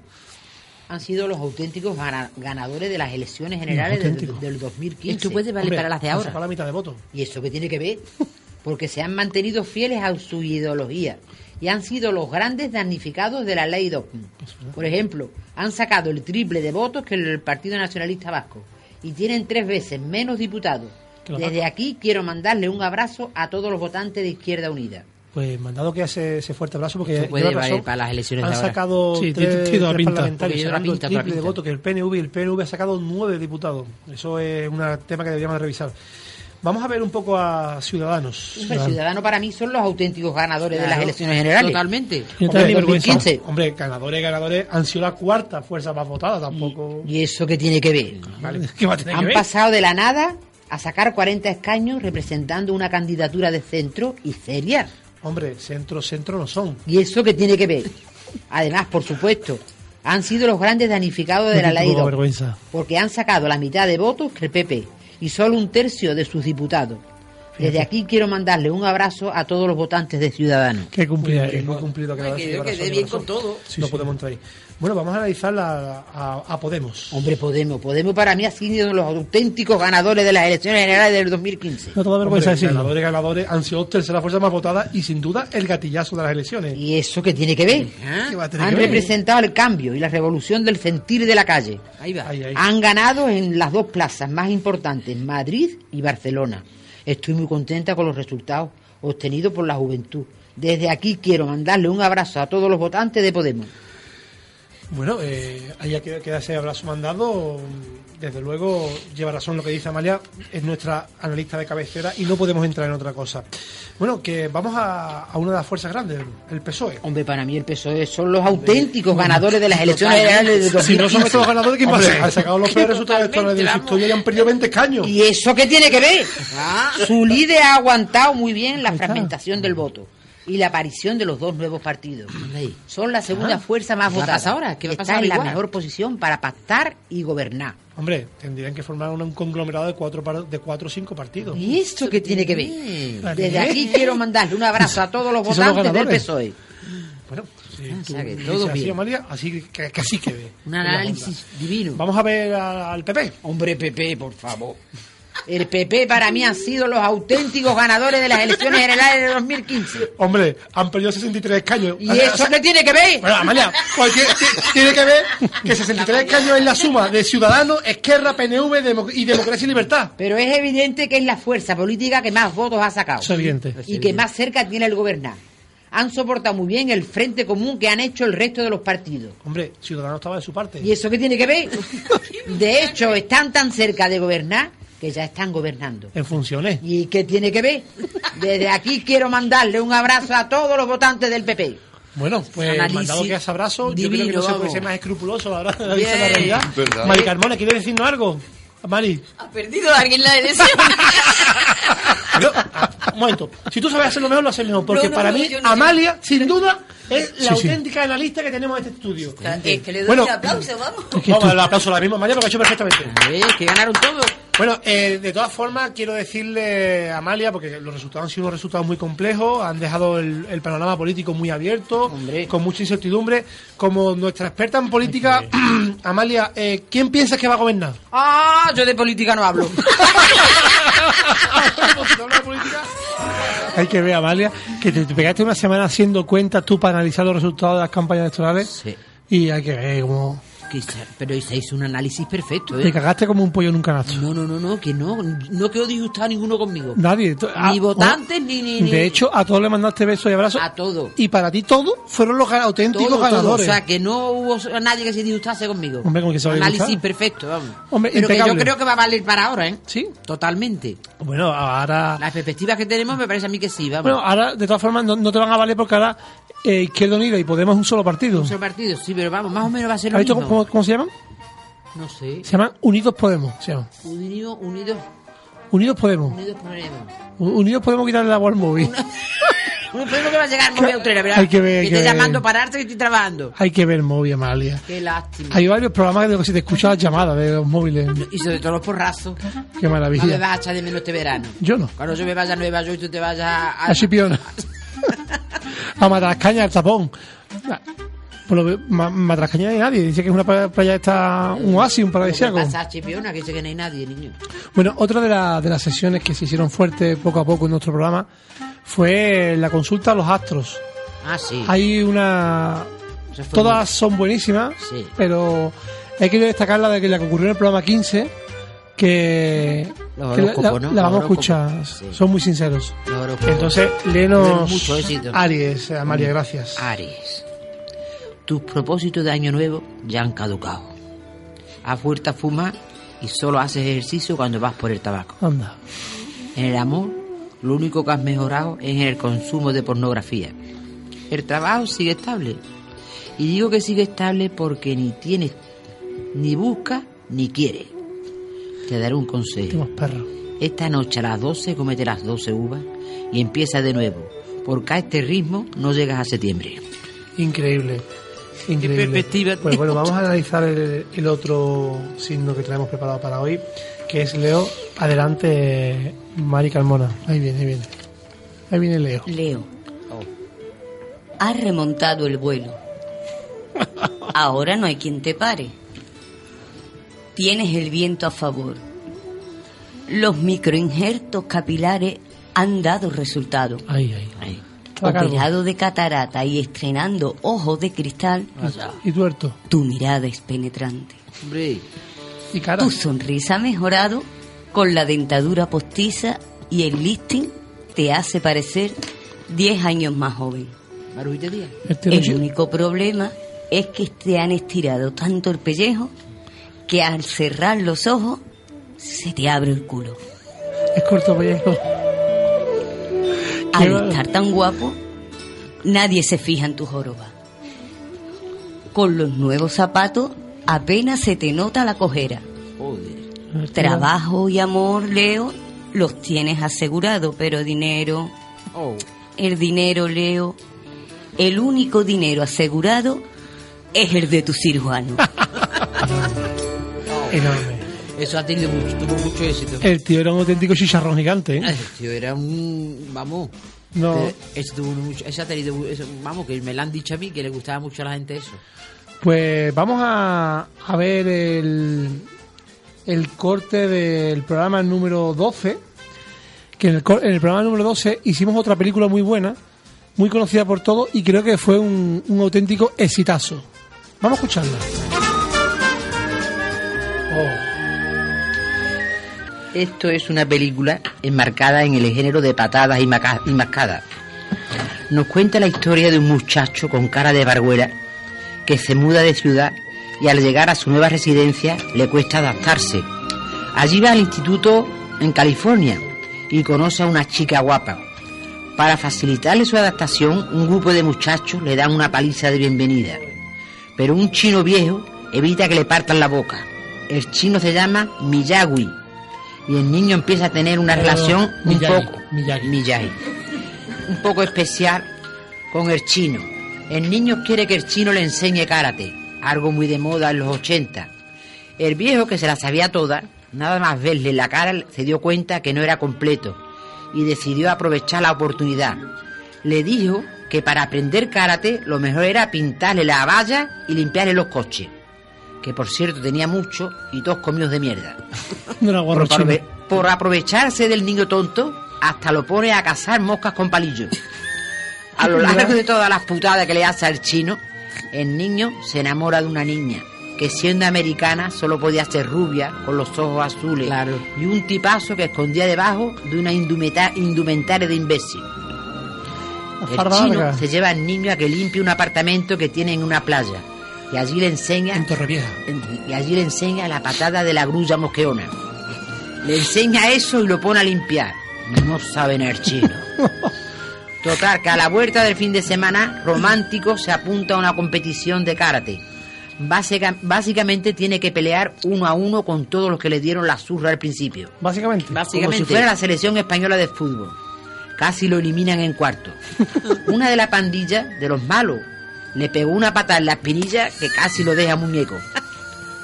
Speaker 2: han sido los auténticos gana- ganadores de las elecciones generales del-
Speaker 6: auténticos.
Speaker 2: del 2015.
Speaker 6: Esto
Speaker 2: puede
Speaker 6: Hombre, han sacado
Speaker 2: ahora.
Speaker 6: la mitad de votos.
Speaker 2: ¿Y eso qué tiene que ver? Porque se han mantenido fieles a su ideología y han sido los grandes damnificados de la ley 2. Por ejemplo, han sacado el triple de votos que el Partido Nacionalista Vasco y tienen tres veces menos diputados.
Speaker 6: Que lo
Speaker 2: Desde aquí quiero mandarle un abrazo a todos los votantes de Izquierda Unida.
Speaker 1: Pues mandado que hace ese fuerte abrazo porque
Speaker 2: Esto puede
Speaker 1: lleva
Speaker 2: valer
Speaker 1: razón.
Speaker 2: para las elecciones
Speaker 1: han
Speaker 2: de ahora.
Speaker 1: sacado
Speaker 6: Sí,
Speaker 1: tres,
Speaker 6: tiene- tiene toda la
Speaker 1: tres
Speaker 6: pinta.
Speaker 1: parlamentarios,
Speaker 2: Porque lleva
Speaker 1: sacando el
Speaker 2: pinta, toda
Speaker 1: triple de
Speaker 2: pinta.
Speaker 1: votos que el PNV y el PNV ha sacado nueve diputados. Eso es un tema que deberíamos de revisar.
Speaker 7: Vamos a ver un poco a Ciudadanos.
Speaker 3: Hombre, Ciudadanos para mí son los auténticos ganadores de las elecciones generales.
Speaker 2: Totalmente.
Speaker 3: Hombre,
Speaker 7: Yo también
Speaker 3: vergüenza.
Speaker 7: pienso,
Speaker 3: 15.
Speaker 7: Hombre, ganadores, ganadores, han sido la cuarta fuerza más votada, tampoco...
Speaker 3: ¿Y eso qué tiene que ver?
Speaker 7: Vale, ¿Qué va a tener que
Speaker 3: Han
Speaker 7: ver?
Speaker 3: pasado de la nada a sacar 40 escaños representando una candidatura de centro y seria.
Speaker 7: Hombre, centro, centro no son.
Speaker 3: ¿Y eso qué tiene que ver? Además, por supuesto, han sido los grandes danificados de la ley 2,
Speaker 7: vergüenza.
Speaker 3: porque han sacado la mitad de votos que el PP y solo un tercio de sus diputados. Desde aquí quiero mandarle un abrazo a todos los votantes de Ciudadanos.
Speaker 7: Qué cumplido, qué muy cumplido que
Speaker 2: Ay,
Speaker 7: la
Speaker 2: que
Speaker 7: verdad,
Speaker 2: yo
Speaker 7: corazón,
Speaker 2: quedé bien
Speaker 7: corazón.
Speaker 2: con todo.
Speaker 7: Sí, no podemos entrar ahí. Bueno, vamos a analizar la, a, a Podemos.
Speaker 3: Hombre, Podemos, Podemos para mí ha sido los auténticos ganadores de las elecciones generales del 2015.
Speaker 6: No te da
Speaker 7: Hombre,
Speaker 6: vergüenza decirlo.
Speaker 7: ganadores, ganadores, han sido tercera fuerza más votada y sin duda el gatillazo de las elecciones.
Speaker 3: ¿Y eso qué tiene que ver? ¿Ah?
Speaker 7: ¿Qué va a tener
Speaker 3: Han
Speaker 7: que ver?
Speaker 3: representado el cambio y la revolución del sentir de la calle.
Speaker 2: Ahí va.
Speaker 7: Ahí, ahí.
Speaker 3: Han ganado en las dos plazas más importantes, Madrid y Barcelona. Estoy muy contenta con los resultados obtenidos por la juventud. Desde aquí quiero mandarle un abrazo a todos los votantes de Podemos.
Speaker 7: Bueno, eh, ahí queda, queda ese abrazo mandado. Desde luego, lleva razón lo que dice Amalia, es nuestra analista de cabecera y no podemos entrar en otra cosa. Bueno, que vamos a, a una de las fuerzas grandes, el PSOE.
Speaker 3: Hombre, para mí el PSOE son los auténticos ganadores de las elecciones
Speaker 2: Totalmente.
Speaker 3: generales de
Speaker 7: Si no son
Speaker 3: 2015.
Speaker 7: estos ganadores, ¿quién va a
Speaker 2: Hombre,
Speaker 7: ser? Han sacado los peores resultados electorales de su
Speaker 2: totalmente,
Speaker 7: historia y han perdido 20 escaños.
Speaker 3: ¿Y eso qué tiene que ver?
Speaker 2: Ah.
Speaker 3: Su líder ha aguantado muy bien la fragmentación del voto y la aparición de los dos nuevos partidos. Son la segunda fuerza
Speaker 2: Ah.
Speaker 3: más
Speaker 2: ¿Qué va a
Speaker 3: votada.
Speaker 2: pasar ahora? ¿Qué va a
Speaker 3: Y
Speaker 2: pasar
Speaker 3: Está en la
Speaker 2: igual?
Speaker 3: mejor posición para pactar y gobernar.
Speaker 7: Hombre, tendrían que formar un, un conglomerado de cuatro, par- de cuatro o cinco partidos.
Speaker 3: ¿Y esto qué tiene que
Speaker 2: Mm.
Speaker 3: ver? Desde aquí quiero mandarle un abrazo a todos los
Speaker 7: Si son los
Speaker 3: votantes del
Speaker 7: ganadores.
Speaker 3: PSOE.
Speaker 7: Bueno, sí,
Speaker 2: Ah, o sea que
Speaker 7: dices
Speaker 2: todo
Speaker 7: así,
Speaker 2: bien.
Speaker 7: Amalia, así que, que así quede.
Speaker 2: Un análisis divino.
Speaker 7: Vamos a ver a- al PP.
Speaker 3: Hombre, PP, por favor. El PP para mí han sido los auténticos ganadores de las elecciones generales de 2015.
Speaker 7: Hombre, han perdido 63 escaños.
Speaker 3: ¿Y eso qué tiene que ver?
Speaker 7: Bueno, Amalia, pues tiene, tiene- tiene que ver que 63 escaños es la suma de Ciudadanos, Esquerra, PNV Demo- y Democracia y Libertad.
Speaker 3: Pero es evidente que es la fuerza política que más votos ha sacado.
Speaker 6: Eso es evidente.
Speaker 3: Y que más cerca tiene el gobernar. Han soportado muy bien el frente común que han hecho el resto de los partidos.
Speaker 7: Hombre, Ciudadanos estaba de su parte.
Speaker 3: ¿Y eso qué tiene que ver? De hecho, están tan cerca de gobernar que ya están gobernando.
Speaker 7: En funciones.
Speaker 3: ¿Y qué tiene que ver? Desde aquí quiero mandarle un abrazo a todos los votantes del PP.
Speaker 7: Bueno, pues
Speaker 2: Análisis
Speaker 7: mandado que ese abrazo, yo creo que
Speaker 2: divino,
Speaker 7: no se puede
Speaker 2: vamos.
Speaker 7: ser más escrupuloso a la hora de analizar la
Speaker 2: Bien.
Speaker 5: Verdad.
Speaker 7: realidad. Mari Carmona, ¿quieres decirnos algo? Mari,
Speaker 4: Ha perdido alguien la elección.
Speaker 7: no, ah, un momento. Si tú sabes hacerlo mejor, lo haces mejor. <laughs> Porque
Speaker 4: No, no,
Speaker 7: para
Speaker 4: no,
Speaker 7: mí,
Speaker 4: yo no.
Speaker 7: Amalia, sin duda, es la
Speaker 6: Sí, sí.
Speaker 7: auténtica analista que tenemos en este estudio.
Speaker 4: es que le doy
Speaker 7: Bueno.
Speaker 4: el aplauso, vamos.
Speaker 7: Vamos, el aplauso a la misma Amalia porque ha hecho perfectamente.
Speaker 2: Eh, que ganaron todos.
Speaker 7: Bueno, eh, de todas formas, quiero decirle a Amalia, porque los resultados han sido unos resultados muy complejos, han dejado el, el panorama político muy abierto,
Speaker 3: Hombre.
Speaker 7: con mucha incertidumbre. Como nuestra experta en política, <clears throat> Amalia, eh, ¿quién piensas que va a gobernar?
Speaker 2: Ah, yo de política no hablo.
Speaker 6: Hay que ver, Amalia, que te, te pegaste una semana haciendo cuentas tú para analizar los resultados de las campañas electorales.
Speaker 3: Sí.
Speaker 6: Y hay que ver cómo.
Speaker 3: Quizá- Pero se hizo un análisis perfecto,
Speaker 6: Te
Speaker 3: ¿eh?
Speaker 6: cagaste como un pollo en un canasto.
Speaker 2: No, no, no, no, que no. No quedó disgustado ninguno conmigo.
Speaker 6: Nadie. to- ah,
Speaker 2: Ni votantes, ni, ni, ni-
Speaker 6: De hecho, a todos le mandaste besos y abrazos.
Speaker 2: A todo.
Speaker 6: Y para ti todos fueron los ga-
Speaker 2: Todo,
Speaker 6: auténticos
Speaker 2: todo.
Speaker 6: ganadores.
Speaker 2: O sea, que no hubo nadie que se disgustase conmigo.
Speaker 6: Hombre, ¿con qué se va a
Speaker 2: Análisis
Speaker 6: disgustar?
Speaker 2: perfecto, vamos.
Speaker 6: Hombre,
Speaker 2: Pero que yo
Speaker 6: impecable.
Speaker 2: creo que va a valer para ahora, ¿eh?
Speaker 6: Sí.
Speaker 2: Totalmente.
Speaker 6: Bueno, ahora.
Speaker 2: Las perspectivas que tenemos me parece a mí que sí, vamos.
Speaker 6: Bueno, ahora, de todas formas, no, no te van a valer porque ahora eh, Izquierda Unida y Podemos es un solo partido.
Speaker 2: Otro partido, sí, pero vamos, más o menos va a ser
Speaker 6: ¿Has
Speaker 2: lo
Speaker 6: visto
Speaker 2: mismo.
Speaker 6: cómo, cómo se llaman?
Speaker 2: No sé.
Speaker 6: Se llaman Unidos Podemos. Se llaman.
Speaker 2: Unidos, unidos,
Speaker 6: Unidos Podemos.
Speaker 2: unidos ponemos.
Speaker 6: Un- Unidos Podemos quitarle la
Speaker 2: <laughs>
Speaker 6: al móvil.
Speaker 2: Un premio pues que va a llegar muy Utrera, ¿verdad?
Speaker 6: Hay que ver, hay
Speaker 2: estoy
Speaker 6: que ver.
Speaker 2: llamando para arte que estoy trabajando.
Speaker 6: Hay que ver el móvil, Amalia.
Speaker 2: Qué lástima.
Speaker 6: Hay varios programas de los que se te escucha la llamada de los móviles.
Speaker 2: <laughs> Y sobre todo los porrazos.
Speaker 6: Qué
Speaker 2: No me
Speaker 6: maravilla.
Speaker 2: vas a echar de menos este verano.
Speaker 6: Yo no.
Speaker 2: Cuando yo me vaya a Nueva York, tú te vayas a... <laughs>
Speaker 6: A Chipiona. A Matrascaña, al tapón. Ah, Por lo que Ma- Matrascaña no hay nadie. Dice que es una playa, playa está un oasis, un
Speaker 2: Lo que
Speaker 6: paradisíaco.
Speaker 2: pasa a Chipiona, que dice que no hay nadie, niño.
Speaker 6: Bueno, otra de, la- de las sesiones que se hicieron fuerte poco a poco en nuestro programa fue la consulta a los astros.
Speaker 2: Ah, sí.
Speaker 6: Hay una...
Speaker 2: Eso fue
Speaker 6: Todas son buenísimas,
Speaker 2: Sí.
Speaker 6: pero hay que destacar la de que la que ocurrió en el programa 15, que,
Speaker 2: Los
Speaker 6: que la,
Speaker 2: horóscopos,
Speaker 6: la-
Speaker 2: ¿no?
Speaker 6: la vamos a
Speaker 2: Los horóscopos.
Speaker 6: escuchar.
Speaker 2: Sí.
Speaker 6: Son muy sinceros.
Speaker 2: muy- Los horóscopos.
Speaker 7: Entonces,
Speaker 2: Tendremos
Speaker 7: léenos
Speaker 2: mucho éxito.
Speaker 7: Aries, eh, Amalia,
Speaker 6: Mm.
Speaker 7: gracias.
Speaker 2: Aries, tus propósitos de año nuevo ya han caducado. A fuerza fumas y solo haces ejercicio cuando vas por el tabaco.
Speaker 6: Anda.
Speaker 3: En el amor, lo único que has mejorado es en el consumo de pornografía. El trabajo sigue estable. Y digo que sigue estable porque ni tienes, ni buscas, ni quieres. Te daré un consejo. Esta noche a las 12 cometerás 12 uvas y empieza de nuevo, porque a este ritmo no llegas a septiembre.
Speaker 6: Increíble. Increíble.
Speaker 3: perspectiva
Speaker 6: Pues bueno, vamos a analizar el, el otro signo que tenemos preparado para hoy, que es Leo. Adelante, Mari Carmona. Ahí viene, ahí viene. Ahí viene Leo.
Speaker 4: Leo,
Speaker 7: Oh.
Speaker 4: has remontado el vuelo. Ahora no hay quien te pare. Tienes el viento a favor. Los microinjertos capilares han dado resultado.
Speaker 6: Ahí, ahí. Está calvo.
Speaker 4: Operado de catarata y estrenando ojos de cristal,
Speaker 6: Y tuerto.
Speaker 4: tu mirada es penetrante.
Speaker 3: Hombre,
Speaker 6: Y cara.
Speaker 4: Tu sonrisa ha mejorado con la dentadura postiza y el listing te hace parecer 10 años más joven.
Speaker 3: Marujita Díaz.
Speaker 6: Este
Speaker 4: El
Speaker 6: noche-
Speaker 4: único problema es que te han estirado tanto el pellejo que al cerrar los ojos se te abre el culo.
Speaker 6: es corto pellejo. Qué
Speaker 4: Al
Speaker 6: bárbaro.
Speaker 4: estar tan guapo, nadie se fija en tu joroba. Con los nuevos zapatos apenas se te nota la cojera.
Speaker 3: Joder.
Speaker 4: Trabajo y amor, Leo, los tienes asegurado, pero dinero,
Speaker 3: Oh.
Speaker 4: el dinero, Leo, el único dinero asegurado es el de tu cirujano.
Speaker 6: Enorme.
Speaker 3: Eso ha tenido mucho, tuvo mucho éxito.
Speaker 6: El tío era un auténtico chicharrón gigante, ¿eh?
Speaker 3: Ay, tío, era un. Vamos.
Speaker 6: No.
Speaker 3: Eh, Ese tuvo mucho. Ese ha tenido. eso- vamos, que me lo han dicho a mí, que le gustaba mucho a la gente eso.
Speaker 6: Pues vamos a, a ver el, el corte del programa número 12. Que en el, cor- en el programa número 12 hicimos otra película muy buena, muy conocida por todos y creo que fue un, un auténtico exitazo. Vamos a escucharla.
Speaker 3: Esto es una película enmarcada en el género de patadas y, maca- y mascadas. Nos cuenta la historia de un muchacho con cara de barbuera que se muda de ciudad y al llegar a su nueva residencia le cuesta adaptarse. Allí va al instituto en California y conoce a una chica guapa. Para facilitarle su adaptación, un grupo de muchachos le dan una paliza de bienvenida. Pero un chino viejo evita que le partan la boca. El chino se llama Miyagi y el niño empieza a tener una relación un
Speaker 6: Miyagi,
Speaker 3: poco
Speaker 6: Miyagi.
Speaker 3: Miyagi. un poco especial con el chino. El niño quiere que el chino le enseñe karate, algo muy de moda en los 80. El viejo que se la sabía toda, nada más verle la cara, se dio cuenta que no era completo y decidió aprovechar la oportunidad. Le dijo que para aprender karate lo mejor era pintarle la valla y limpiarle los coches, que por cierto tenía mucho y dos comidos de mierda.
Speaker 6: No era guarro
Speaker 3: Por,
Speaker 6: chino.
Speaker 3: aprove- por aprovecharse del niño tonto, hasta lo pone a cazar moscas con palillos. A lo largo de todas las putadas que le hace al chino, el niño se enamora de una niña que siendo americana solo podía ser rubia, con los ojos azules
Speaker 2: Claro.
Speaker 3: y un tipazo que escondía debajo de una indumeta- indumentaria de imbécil. El
Speaker 6: Farda
Speaker 3: chino
Speaker 6: larga.
Speaker 3: se lleva al niño a que limpie un apartamento que tiene en una playa y allí le enseña
Speaker 6: En Torrevieja.
Speaker 3: y allí le enseña la patada de la grulla mosqueona. Le enseña eso y lo pone a limpiar. No saben el chino. Total, que a la vuelta del fin de semana, Romántico se apunta a una competición de karate. Básica- básicamente tiene que pelear uno a uno con todos los que le dieron la zurra al principio.
Speaker 6: Básicamente.
Speaker 3: Como
Speaker 2: Básicamente.
Speaker 3: si fuera la selección española de fútbol. Casi lo eliminan en cuarto. Una de la pandilla, de los malos, le pegó una pata en la espinilla que casi lo deja muñeco.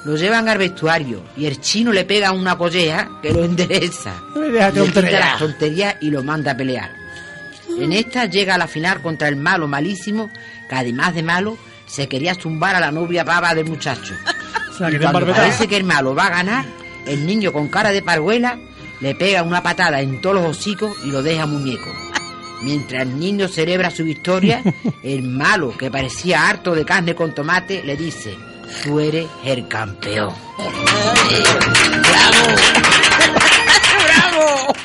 Speaker 3: Lo llevan al vestuario y el chino le pega una colleja que lo endereza.
Speaker 6: <laughs> Déjate
Speaker 3: Le quita
Speaker 6: tontería.
Speaker 3: la tontería y lo manda a pelear. En esta llega a la final contra el malo malísimo, que además de malo, se quería zumbar a la novia baba del muchacho.
Speaker 6: Se la
Speaker 3: Y
Speaker 6: quité en
Speaker 3: cuando
Speaker 6: barbeta.
Speaker 3: parece que el malo va a ganar, el niño con cara de parguela le pega una patada en todos los hocicos y lo deja muñeco. Mientras el niño celebra su
Speaker 6: <laughs>
Speaker 3: victoria, el malo, que parecía harto de carne con tomate, le dice, tú eres el campeón. ¡Bravo! ¡Vamos!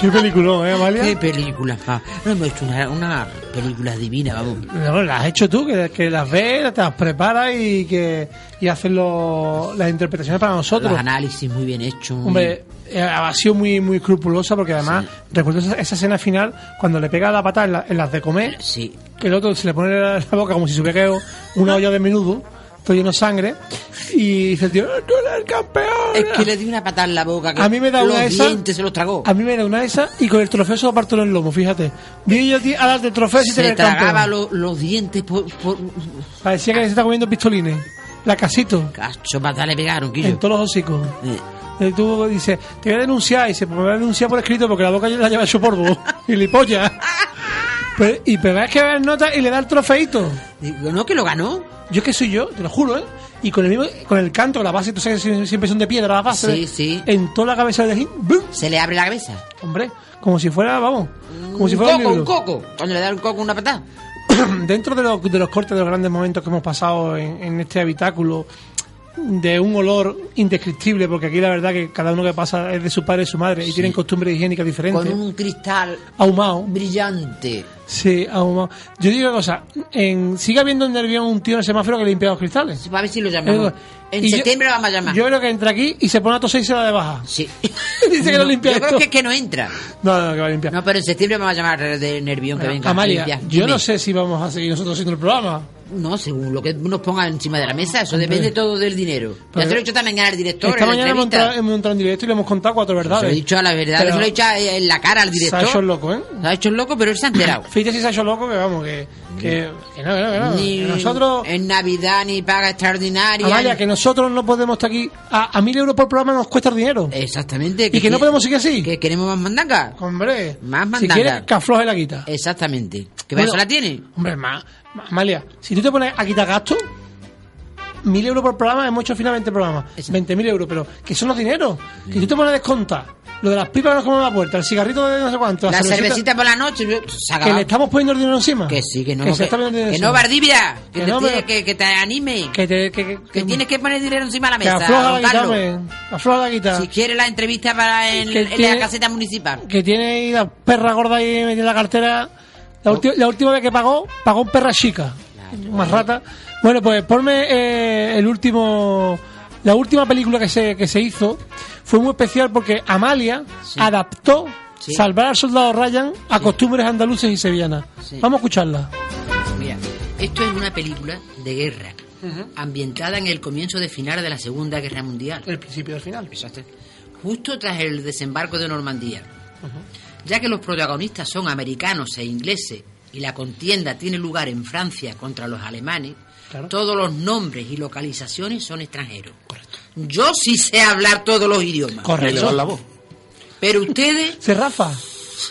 Speaker 6: Qué peliculón, ¿eh, Amalia?
Speaker 3: ¡Qué película, pa! No, hemos hecho una, una película divina, vamos.
Speaker 6: No, las has hecho tú, que, que las ves, te las preparas y que y haces lo- las interpretaciones para nosotros.
Speaker 3: Los análisis muy bien hechos. muy
Speaker 6: Hombre, eh, ha sido muy muy escrupulosa porque además recuerdo esa, esa escena final cuando le pega la patada en, la- en las de comer,
Speaker 3: bien- Sí.
Speaker 6: que el otro se le pone la, la boca como si supiera una olla de menudo, todo lleno de sangre, y dice el tío, ¡tú eres el campeón!
Speaker 3: Es que le di una patada en la boca. Que
Speaker 6: A mí me da
Speaker 3: los
Speaker 6: una de esas.
Speaker 3: dientes se los tragó.
Speaker 6: A mí me da una de esas y con el trofeo se lo parto en el lomo, fíjate. Vine yo a ti a darte el trofeo si te
Speaker 3: se
Speaker 6: el campeón.
Speaker 3: tragaba lo- los dientes por, por...
Speaker 6: Parecía que se está comiendo pistolines. La casito.
Speaker 3: Cacho, patada le pegaron, Quillo.
Speaker 6: En todos los hocicos.
Speaker 3: Eh.
Speaker 6: Y tú dices, te voy a denunciar. Y dice, pues me voy a denunciar por escrito porque la boca la lleva hecho <laughs> polvo. Y lipolla. Pero- y pero es que ver nota y le da el trofeito.
Speaker 3: Digo, no, que lo ganó.
Speaker 6: Yo es que soy yo, te lo juro, ¿eh? Y con el mismo, con el canto, la base, tú sabes que siempre son de piedra las bases.
Speaker 3: Sí, sí.
Speaker 6: En toda la cabeza de Jim, ¡bum!
Speaker 3: Se le abre la cabeza.
Speaker 6: Hombre, como si fuera, vamos, como si
Speaker 3: un
Speaker 6: fuera un
Speaker 3: coco, un
Speaker 6: libro.
Speaker 3: coco. Cuando le da un coco una patada.
Speaker 6: <clears throat> dentro de los, de los cortes, de los grandes momentos que hemos pasado en, en este habitáculo, de un olor indescriptible, porque aquí la verdad que cada uno que pasa es de su padre y su madre y tienen costumbres higiénicas
Speaker 3: Con
Speaker 6: diferentes.
Speaker 3: un cristal
Speaker 6: Ahumado.
Speaker 3: brillante.
Speaker 6: Sí, ahumado. Yo digo una cosa, en, sigue habiendo en Nervión un tío en el semáforo que limpia los cristales.
Speaker 3: A ver si lo llamamos. En
Speaker 6: Y yo-
Speaker 3: septiembre lo vamos a llamar.
Speaker 6: Yo creo que entra aquí y se pone a toser y se la de baja. <laughs>
Speaker 3: Sí.
Speaker 6: Dice que no limpia
Speaker 3: Yo creo
Speaker 6: esto.
Speaker 3: que, que no entra.
Speaker 6: No, no, que va a limpiar.
Speaker 3: No, pero en septiembre vamos a llamar de Nervión que venga. a
Speaker 6: Amalia,
Speaker 3: limpiar.
Speaker 6: yo
Speaker 3: Dime.
Speaker 6: no sé si vamos a seguir nosotros haciendo el programa.
Speaker 3: No, según lo que nos pongan encima de la mesa, eso depende todo del dinero. Ya
Speaker 6: Pero-
Speaker 3: se lo he dicho también al director.
Speaker 6: Esta
Speaker 3: en la
Speaker 6: mañana hemos
Speaker 3: entrevista.
Speaker 6: entrado, hemos entrado en directo y le hemos contado cuatro verdades.
Speaker 3: Se lo he dicho a la verdad,
Speaker 6: Pero-
Speaker 3: se lo he dicho a- en la cara al
Speaker 6: Se
Speaker 3: director.
Speaker 6: ha hecho el loco, ¿eh?
Speaker 3: Se ha hecho el loco, pero él se ha enterado.
Speaker 6: Fíjate si se ha hecho loco que vamos, que, que, que no, que no, que no.
Speaker 3: ni
Speaker 6: Que nosotros,
Speaker 3: en Navidad ni paga extraordinaria.
Speaker 6: Amalia,
Speaker 3: ni-
Speaker 6: que nosotros no podemos estar aquí. A, a mil euros por programa nos cuesta el dinero.
Speaker 3: Exactamente.
Speaker 6: y que no podemos seguir así.
Speaker 3: Eh, Que queremos más mandanga.
Speaker 6: Hombre,
Speaker 3: Más
Speaker 6: si
Speaker 3: mandanga.
Speaker 6: quieres, que afloje la quita.
Speaker 3: Exactamente. ¿Qué
Speaker 6: Bueno,
Speaker 3: peso la tiene?
Speaker 6: Hombre, más, más- Amalia, si tú te pones a quitar gastos, mil euros por programa, hemos hecho finalmente programas.
Speaker 3: Exacto.
Speaker 6: 20.000 euros, pero que son los dineros. Que tú te pones a descontar. Lo de las pipas que nos comemos en la puerta, el cigarrito de no sé cuánto,
Speaker 3: La,
Speaker 6: la, cervecita-
Speaker 3: cervecita por la noche. Se ha
Speaker 6: Que
Speaker 3: acabado.
Speaker 6: le estamos poniendo el dinero encima.
Speaker 3: Que sí, que no.
Speaker 6: Que,
Speaker 3: Que,
Speaker 6: se está poniendo el dinero
Speaker 3: que no,
Speaker 6: encima.
Speaker 3: Bardivia. Que,
Speaker 6: Que
Speaker 3: te
Speaker 6: no,
Speaker 3: tiene-
Speaker 6: pero-
Speaker 3: que, que te anime. Que,
Speaker 6: Que, te, que, que,
Speaker 3: tienes que poner dinero encima de la
Speaker 6: que
Speaker 3: mesa.
Speaker 6: afloja la
Speaker 3: don
Speaker 6: guitarra,
Speaker 3: Carlos.
Speaker 6: hombre. Afloja la guitarra.
Speaker 3: Si quiere la entrevista para en,
Speaker 6: Que
Speaker 3: en la
Speaker 6: tiene-
Speaker 3: caseta municipal.
Speaker 6: Que tiene ahí la perra gorda ahí metida en la cartera. La, ulti- la última vez que pagó, pagó un perra chica. Más rata. Bueno, pues ponme eh, el último. La última película que se, que se hizo fue muy especial porque Amalia adaptó
Speaker 3: Sí.
Speaker 6: Salvar al soldado Ryan a costumbres andaluces y sevillanas.
Speaker 3: Sí.
Speaker 6: Vamos a escucharla.
Speaker 3: Mira, esto es una película de guerra, ambientada en el comienzo de final de la Segunda Guerra Mundial.
Speaker 6: El principio del final.
Speaker 3: Exacto. Justo tras el desembarco de Normandía. Ya que los protagonistas son americanos e ingleses y la contienda tiene lugar en Francia contra los alemanes,
Speaker 6: Claro.
Speaker 3: todos los nombres y localizaciones son extranjeros. Yo sí sé hablar todos los idiomas,
Speaker 6: Correcto.
Speaker 9: la voz.
Speaker 3: pero ustedes,
Speaker 6: Sí, Rafa.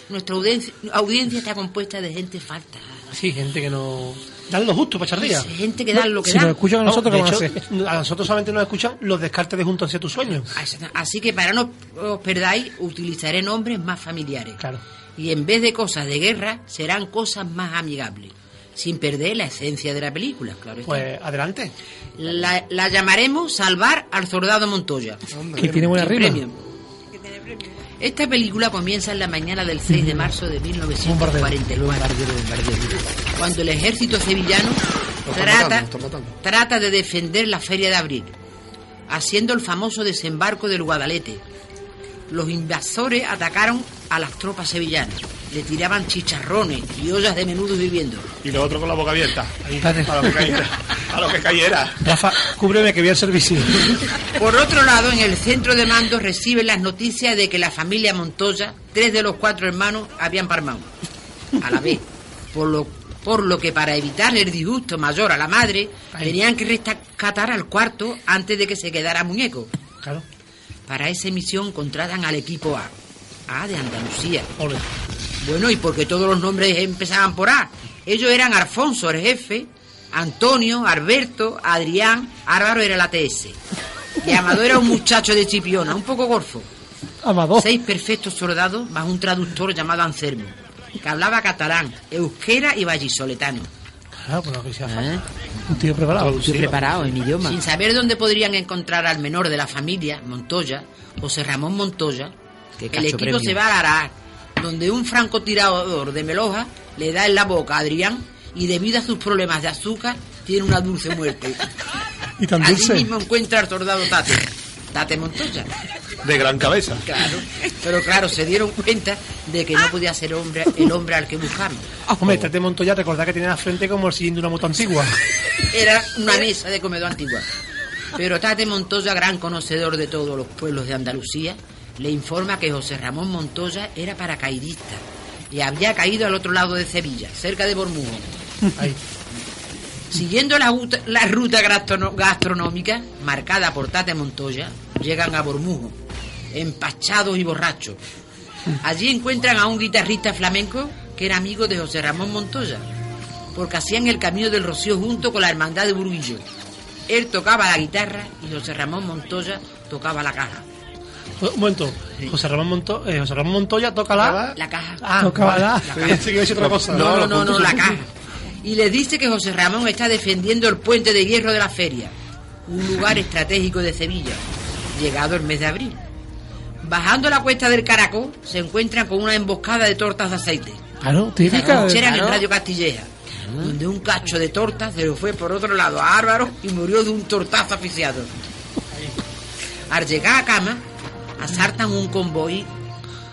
Speaker 3: nuestra audiencia, audiencia está compuesta de gente falta.
Speaker 7: Sí, gente que no. Dan lo justo para echar día.
Speaker 3: Gente que da lo que
Speaker 6: si
Speaker 3: da.
Speaker 6: nos escuchan a
Speaker 7: Vamos,
Speaker 6: nosotros,
Speaker 7: de
Speaker 6: ¿qué van a hacer?
Speaker 7: hecho, a nosotros solamente nos escuchan los descartes de Junto hacia tus sueños.
Speaker 3: Así que para no os perdáis, utilizaré nombres más familiares.
Speaker 7: Claro.
Speaker 3: Y en vez de cosas de guerra, serán cosas más amigables, sin perder la esencia de la película, claro está.
Speaker 7: Pues adelante.
Speaker 3: La, la llamaremos Salvar al Soldado Montoya.
Speaker 6: Que tiene buena
Speaker 3: Sin
Speaker 6: rima.
Speaker 3: premio. Esta película comienza en la mañana del 6 de marzo de 1944, cuando el ejército sevillano trata,
Speaker 9: matando, lo están matando.
Speaker 3: trata de defender la Feria de Abril, haciendo el famoso desembarco del Guadalete. Los invasores atacaron a las tropas sevillanas, le tiraban chicharrones y ollas de menudo viviendo.
Speaker 10: Y los otros con la boca abierta. Ahí, a lo que cayera. A lo que cayera.
Speaker 7: Rafa, cúbreme que voy al servicio.
Speaker 3: Por otro lado, en el centro de mando reciben las noticias de que la familia Montoya, tres de los cuatro hermanos, habían palmado a la vez. Por lo, por lo que para evitar el disgusto mayor a la madre, tenían que rescatar al cuarto antes de que se quedara muñeco.
Speaker 7: Claro.
Speaker 3: Para esa misión contratan al equipo A, A de Andalucía. Bueno, y porque todos los nombres empezaban por A. Ellos eran Alfonso, el jefe, Antonio, Alberto, Adrián, Álvaro era el ATS. Y Amado era un muchacho de Chipiona, un poco gorfo.
Speaker 7: Oh.
Speaker 6: Amador.
Speaker 3: Seis perfectos soldados más un traductor llamado Anselmo, que hablaba catalán, euskera y vallisoletano.
Speaker 6: Ah, pues lo que sea falta. Un tío preparado.
Speaker 2: preparado en idioma.
Speaker 3: Sin saber dónde podrían encontrar al menor de la familia, Montoya, José Ramón Montoya, el equipo se va a Arar, donde un francotirador de Meloja le da en la boca a Adrián y debido a sus problemas de azúcar tiene una dulce muerte.
Speaker 6: Y <laughs> tan dulce.
Speaker 3: Allí mismo encuentra al soldado Tate, Tate Montoya.
Speaker 7: De gran cabeza.
Speaker 3: Claro, pero claro, se dieron cuenta de que no podía ser hombre, el hombre al que buscamos.
Speaker 6: Hombre, Tate Montoya, recordad que tenía la frente como siguiendo una
Speaker 3: <laughs>
Speaker 6: moto antigua.
Speaker 3: Era una mesa de comedor antigua. Pero Tate Montoya, gran conocedor de todos los pueblos de Andalucía, le informa que José Ramón Montoya era paracaidista y había caído al otro lado de Sevilla, cerca de Bormujón. Siguiendo la, ut- la ruta gastrono- gastronómica marcada por Tate Montoya, llegan a Bormujón, empachados y borrachos. Allí encuentran a un guitarrista flamenco que era amigo de José Ramón Montoya, porque hacían el camino del Rocío junto con la hermandad de Burguillo. Él tocaba la guitarra y José Ramón Montoya tocaba la caja.
Speaker 6: Un momento, José Ramón, Monto- eh, José Ramón Montoya toca la...
Speaker 3: La caja.
Speaker 6: Ah, tocaba la... Pensé que iba a decir otra cosa.
Speaker 3: No, no, no, no, la caja. Y les dice que José Ramón está defendiendo el puente de hierro de la feria, un lugar estratégico de Sevilla, llegado el mes de abril. Bajando la cuesta del Caracol, se encuentran con una emboscada de tortas de aceite.
Speaker 6: Claro, típica.
Speaker 3: Noche
Speaker 6: de-
Speaker 3: en Radio Castilleja, donde un cacho de torta se lo fue por otro lado a Álvaro y murió de un tortazo asfixiado. Al llegar a cama, asaltan un convoy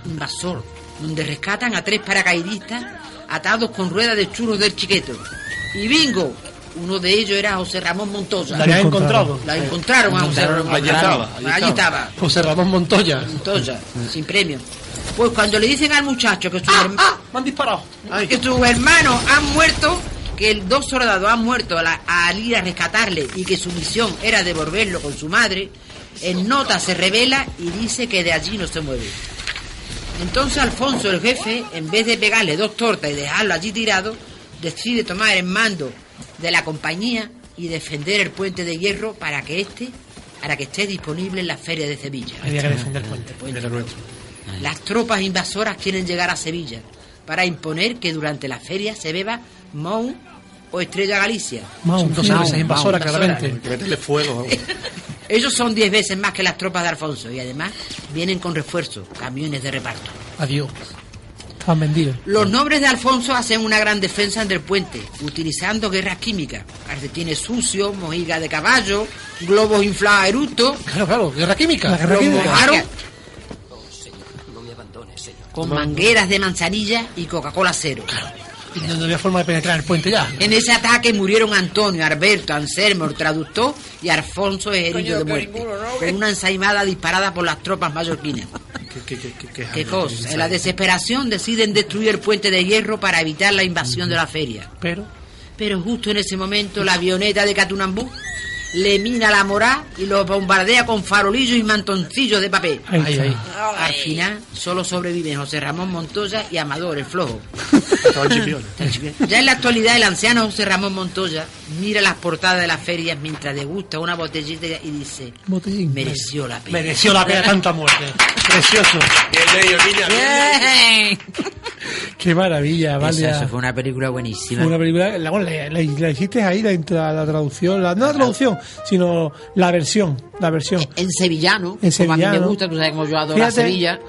Speaker 3: invasor, donde rescatan a tres paracaidistas atados con ruedas de churros del chiqueto. Y bingo, uno de ellos era José Ramón Montoya.
Speaker 6: La habían encontrado.
Speaker 3: La encontraron a José Ramón
Speaker 7: Allí
Speaker 3: Montoya.
Speaker 7: estaba, allí
Speaker 3: Allí
Speaker 7: estaba.
Speaker 3: estaba.
Speaker 6: José Ramón Montoya.
Speaker 3: Montoya, sin premio. Pues cuando le dicen al muchacho que su hermano
Speaker 6: ¡Ah! Me han disparado.
Speaker 3: que sus hermanos han muerto, que el- dos soldados han muerto a la- al ir a rescatarle y que su misión era devolverlo con su madre, el nota se revela y dice que de allí no se mueve. Entonces Alfonso, el jefe, en vez de pegarle dos tortas y dejarlo allí tirado, decide tomar el mando de la compañía y defender el puente de hierro para que este, para que esté disponible en la feria de Sevilla.
Speaker 6: Había que defender el puente.
Speaker 3: Las tropas invasoras quieren llegar a Sevilla para imponer que durante la feria se beba Mou o Estrella Galicia.
Speaker 6: Son dos cervezas invasoras,
Speaker 3: Mau,
Speaker 6: claramente.
Speaker 7: Métele fuego. vamos.
Speaker 3: Ellos son diez veces más que las tropas de Alfonso y además vienen con refuerzos, camiones de reparto.
Speaker 6: Adiós. Estaban vendidos.
Speaker 3: Los nobles de Alfonso hacen una gran defensa del puente, utilizando guerras químicas, calcetines sucios, mojigas de caballo, globos inflados a eructo,
Speaker 6: Claro, claro, guerra química.
Speaker 3: Lo mojaron con mangueras de manzanilla y Coca-Cola cero.
Speaker 6: Y No, no había forma de penetrar el puente ya.
Speaker 3: En ese ataque murieron Antonio, Alberto, Anselmo, el traductor y Alfonso es herido de muerte, con una ensaimada disparada por las tropas mallorquinas.
Speaker 7: ¿Qué, qué, qué, qué, qué-
Speaker 3: ¿Qué cosa? En la desesperación deciden destruir el puente de hierro para evitar la invasión de la feria.
Speaker 6: Pero.
Speaker 3: Pero justo en ese momento la avioneta de Catunambú le mina la morá y los bombardea con farolillos y mantoncillos de papel.
Speaker 6: Ahí, está.
Speaker 3: Al final solo sobreviven José Ramón Montoya y Amador, el flojo.
Speaker 7: Estaban chipiones.
Speaker 3: Ya en la actualidad el anciano José Ramón Montoya mira las portadas de las ferias mientras degusta una botellita y dice,
Speaker 6: Botellín.
Speaker 3: mereció la pena.
Speaker 6: Mereció la pena tanta muerte. Precioso.
Speaker 7: Bien, Leo, niña, bien.
Speaker 3: Bien.
Speaker 6: Qué maravilla,
Speaker 3: Esa,
Speaker 6: Valia.
Speaker 3: eso fue una película buenísima.
Speaker 6: Fue una película, la, bueno, la- la- la hiciste ahí, la, intra- la traducción, la, no la traducción, sino la versión, la versión.
Speaker 3: En sevillano,
Speaker 6: En
Speaker 3: como a mí me
Speaker 6: sevillano.
Speaker 3: gusta, tú sabes cómo yo adoro
Speaker 6: Fíjate,
Speaker 3: Sevilla.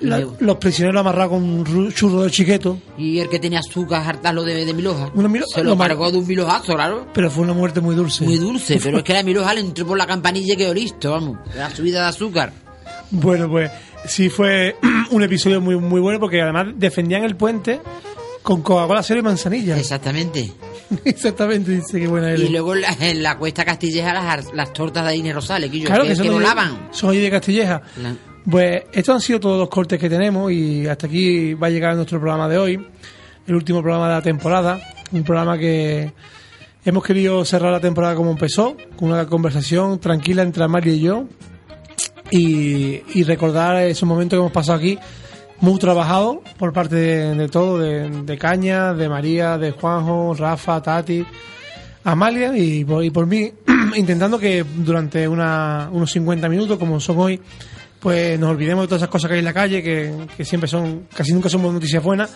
Speaker 6: La-
Speaker 3: Leo.
Speaker 6: los prisioneros amarrados con un ru- churro de chiqueto,
Speaker 3: Y el que tenía azúcar, hartarlo de, de miloja.
Speaker 6: Una milo-
Speaker 3: Se lo
Speaker 6: lo mar-
Speaker 3: marcó de un milojazo, claro.
Speaker 6: pero fue una muerte muy dulce.
Speaker 3: Muy dulce, pero es que la miloja le entró por la campanilla y quedó listo, vamos. La subida de azúcar.
Speaker 6: Bueno, pues sí fue <clears throat> un episodio muy, muy bueno porque además defendían el puente con Coca-Cola cero y manzanilla.
Speaker 3: Exactamente.
Speaker 6: <laughs> Exactamente, dice que buena
Speaker 3: Y
Speaker 6: eres.
Speaker 3: luego
Speaker 2: <laughs>
Speaker 3: en la, en la cuesta castilleja las, las tortas de Inés Rosales, que, yo,
Speaker 6: Claro
Speaker 3: que,
Speaker 6: que
Speaker 3: que
Speaker 6: son, de-
Speaker 3: volaban.
Speaker 6: son allí de Castilleja.
Speaker 3: La-
Speaker 6: Pues estos han sido todos los cortes que tenemos y hasta aquí va a llegar nuestro programa de hoy, el último programa de la temporada, un programa que hemos querido cerrar la temporada como empezó, con una conversación tranquila entre Amalia y yo y, y recordar esos momentos que hemos pasado aquí, muy trabajado por parte de, de todo, de, de Caña, de María, de Juanjo, Rafa, Tati. Amalia y por, y por mí, <clears throat> intentando que durante una- unos 50 minutos, como son hoy, pues nos olvidemos de todas esas cosas que hay en la calle, que, que siempre son, casi nunca somos noticias buenas,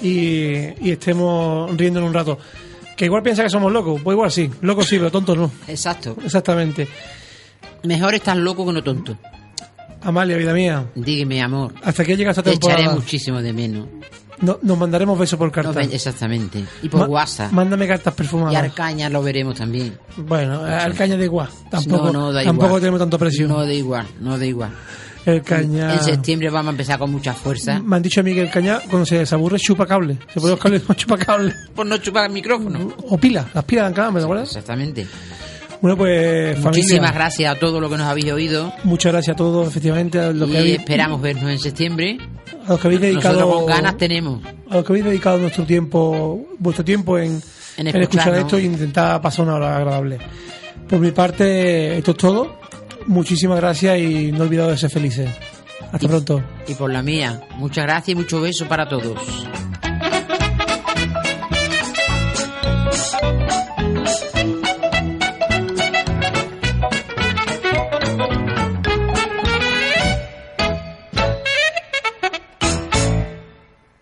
Speaker 6: y, y estemos riéndonos un rato. Que igual piensa que somos locos, pues igual sí, locos sí, pero tontos no.
Speaker 3: Exacto.
Speaker 6: Exactamente.
Speaker 3: Mejor estar loco que no tonto.
Speaker 6: Amalia, vida mía.
Speaker 2: Dígame, amor.
Speaker 6: ¿Hasta qué llega esta
Speaker 2: Te
Speaker 6: temporada?
Speaker 2: echaré muchísimo de menos.
Speaker 6: No- nos mandaremos besos por
Speaker 2: No,
Speaker 6: cartas.
Speaker 2: ven- exactamente. Y por
Speaker 6: Ma-
Speaker 2: WhatsApp.
Speaker 6: Mándame cartas perfumadas.
Speaker 2: Y Arcaña lo veremos también.
Speaker 6: Bueno, el caña de igual. Tampoco,
Speaker 2: no, no, da
Speaker 6: tampoco
Speaker 2: igual.
Speaker 6: tenemos tanto precio.
Speaker 2: No da igual, no da igual.
Speaker 6: el caña.
Speaker 2: En septiembre vamos a empezar con mucha fuerza.
Speaker 6: Me han dicho a mí que el caña, cuando se desaburre, chupa cable. Se puede buscarle un <laughs> chupa cable.
Speaker 2: Por no chupar el micrófono.
Speaker 6: O pilas, las pilas dan cable, ¿te acuerdas?
Speaker 2: Exactamente.
Speaker 6: Bueno, pues, familia.
Speaker 2: Muchísimas gracias a todos los que nos habéis oído.
Speaker 6: Muchas gracias a todos, efectivamente, a los,
Speaker 2: y
Speaker 6: que habéis,
Speaker 2: esperamos vernos en septiembre.
Speaker 6: a los que
Speaker 2: Nosotros
Speaker 6: habéis dedicado
Speaker 2: con ganas tenemos.
Speaker 6: a los que habéis dedicado nuestro tiempo, vuestro tiempo en,
Speaker 2: En
Speaker 6: en
Speaker 2: escucharnos.
Speaker 6: escuchar esto e intentar pasar una hora agradable. Por mi parte, esto es todo. Muchísimas gracias y no olvidado de ser felices. Hasta pronto.
Speaker 2: Y por la mía, muchas gracias y muchos besos para todos.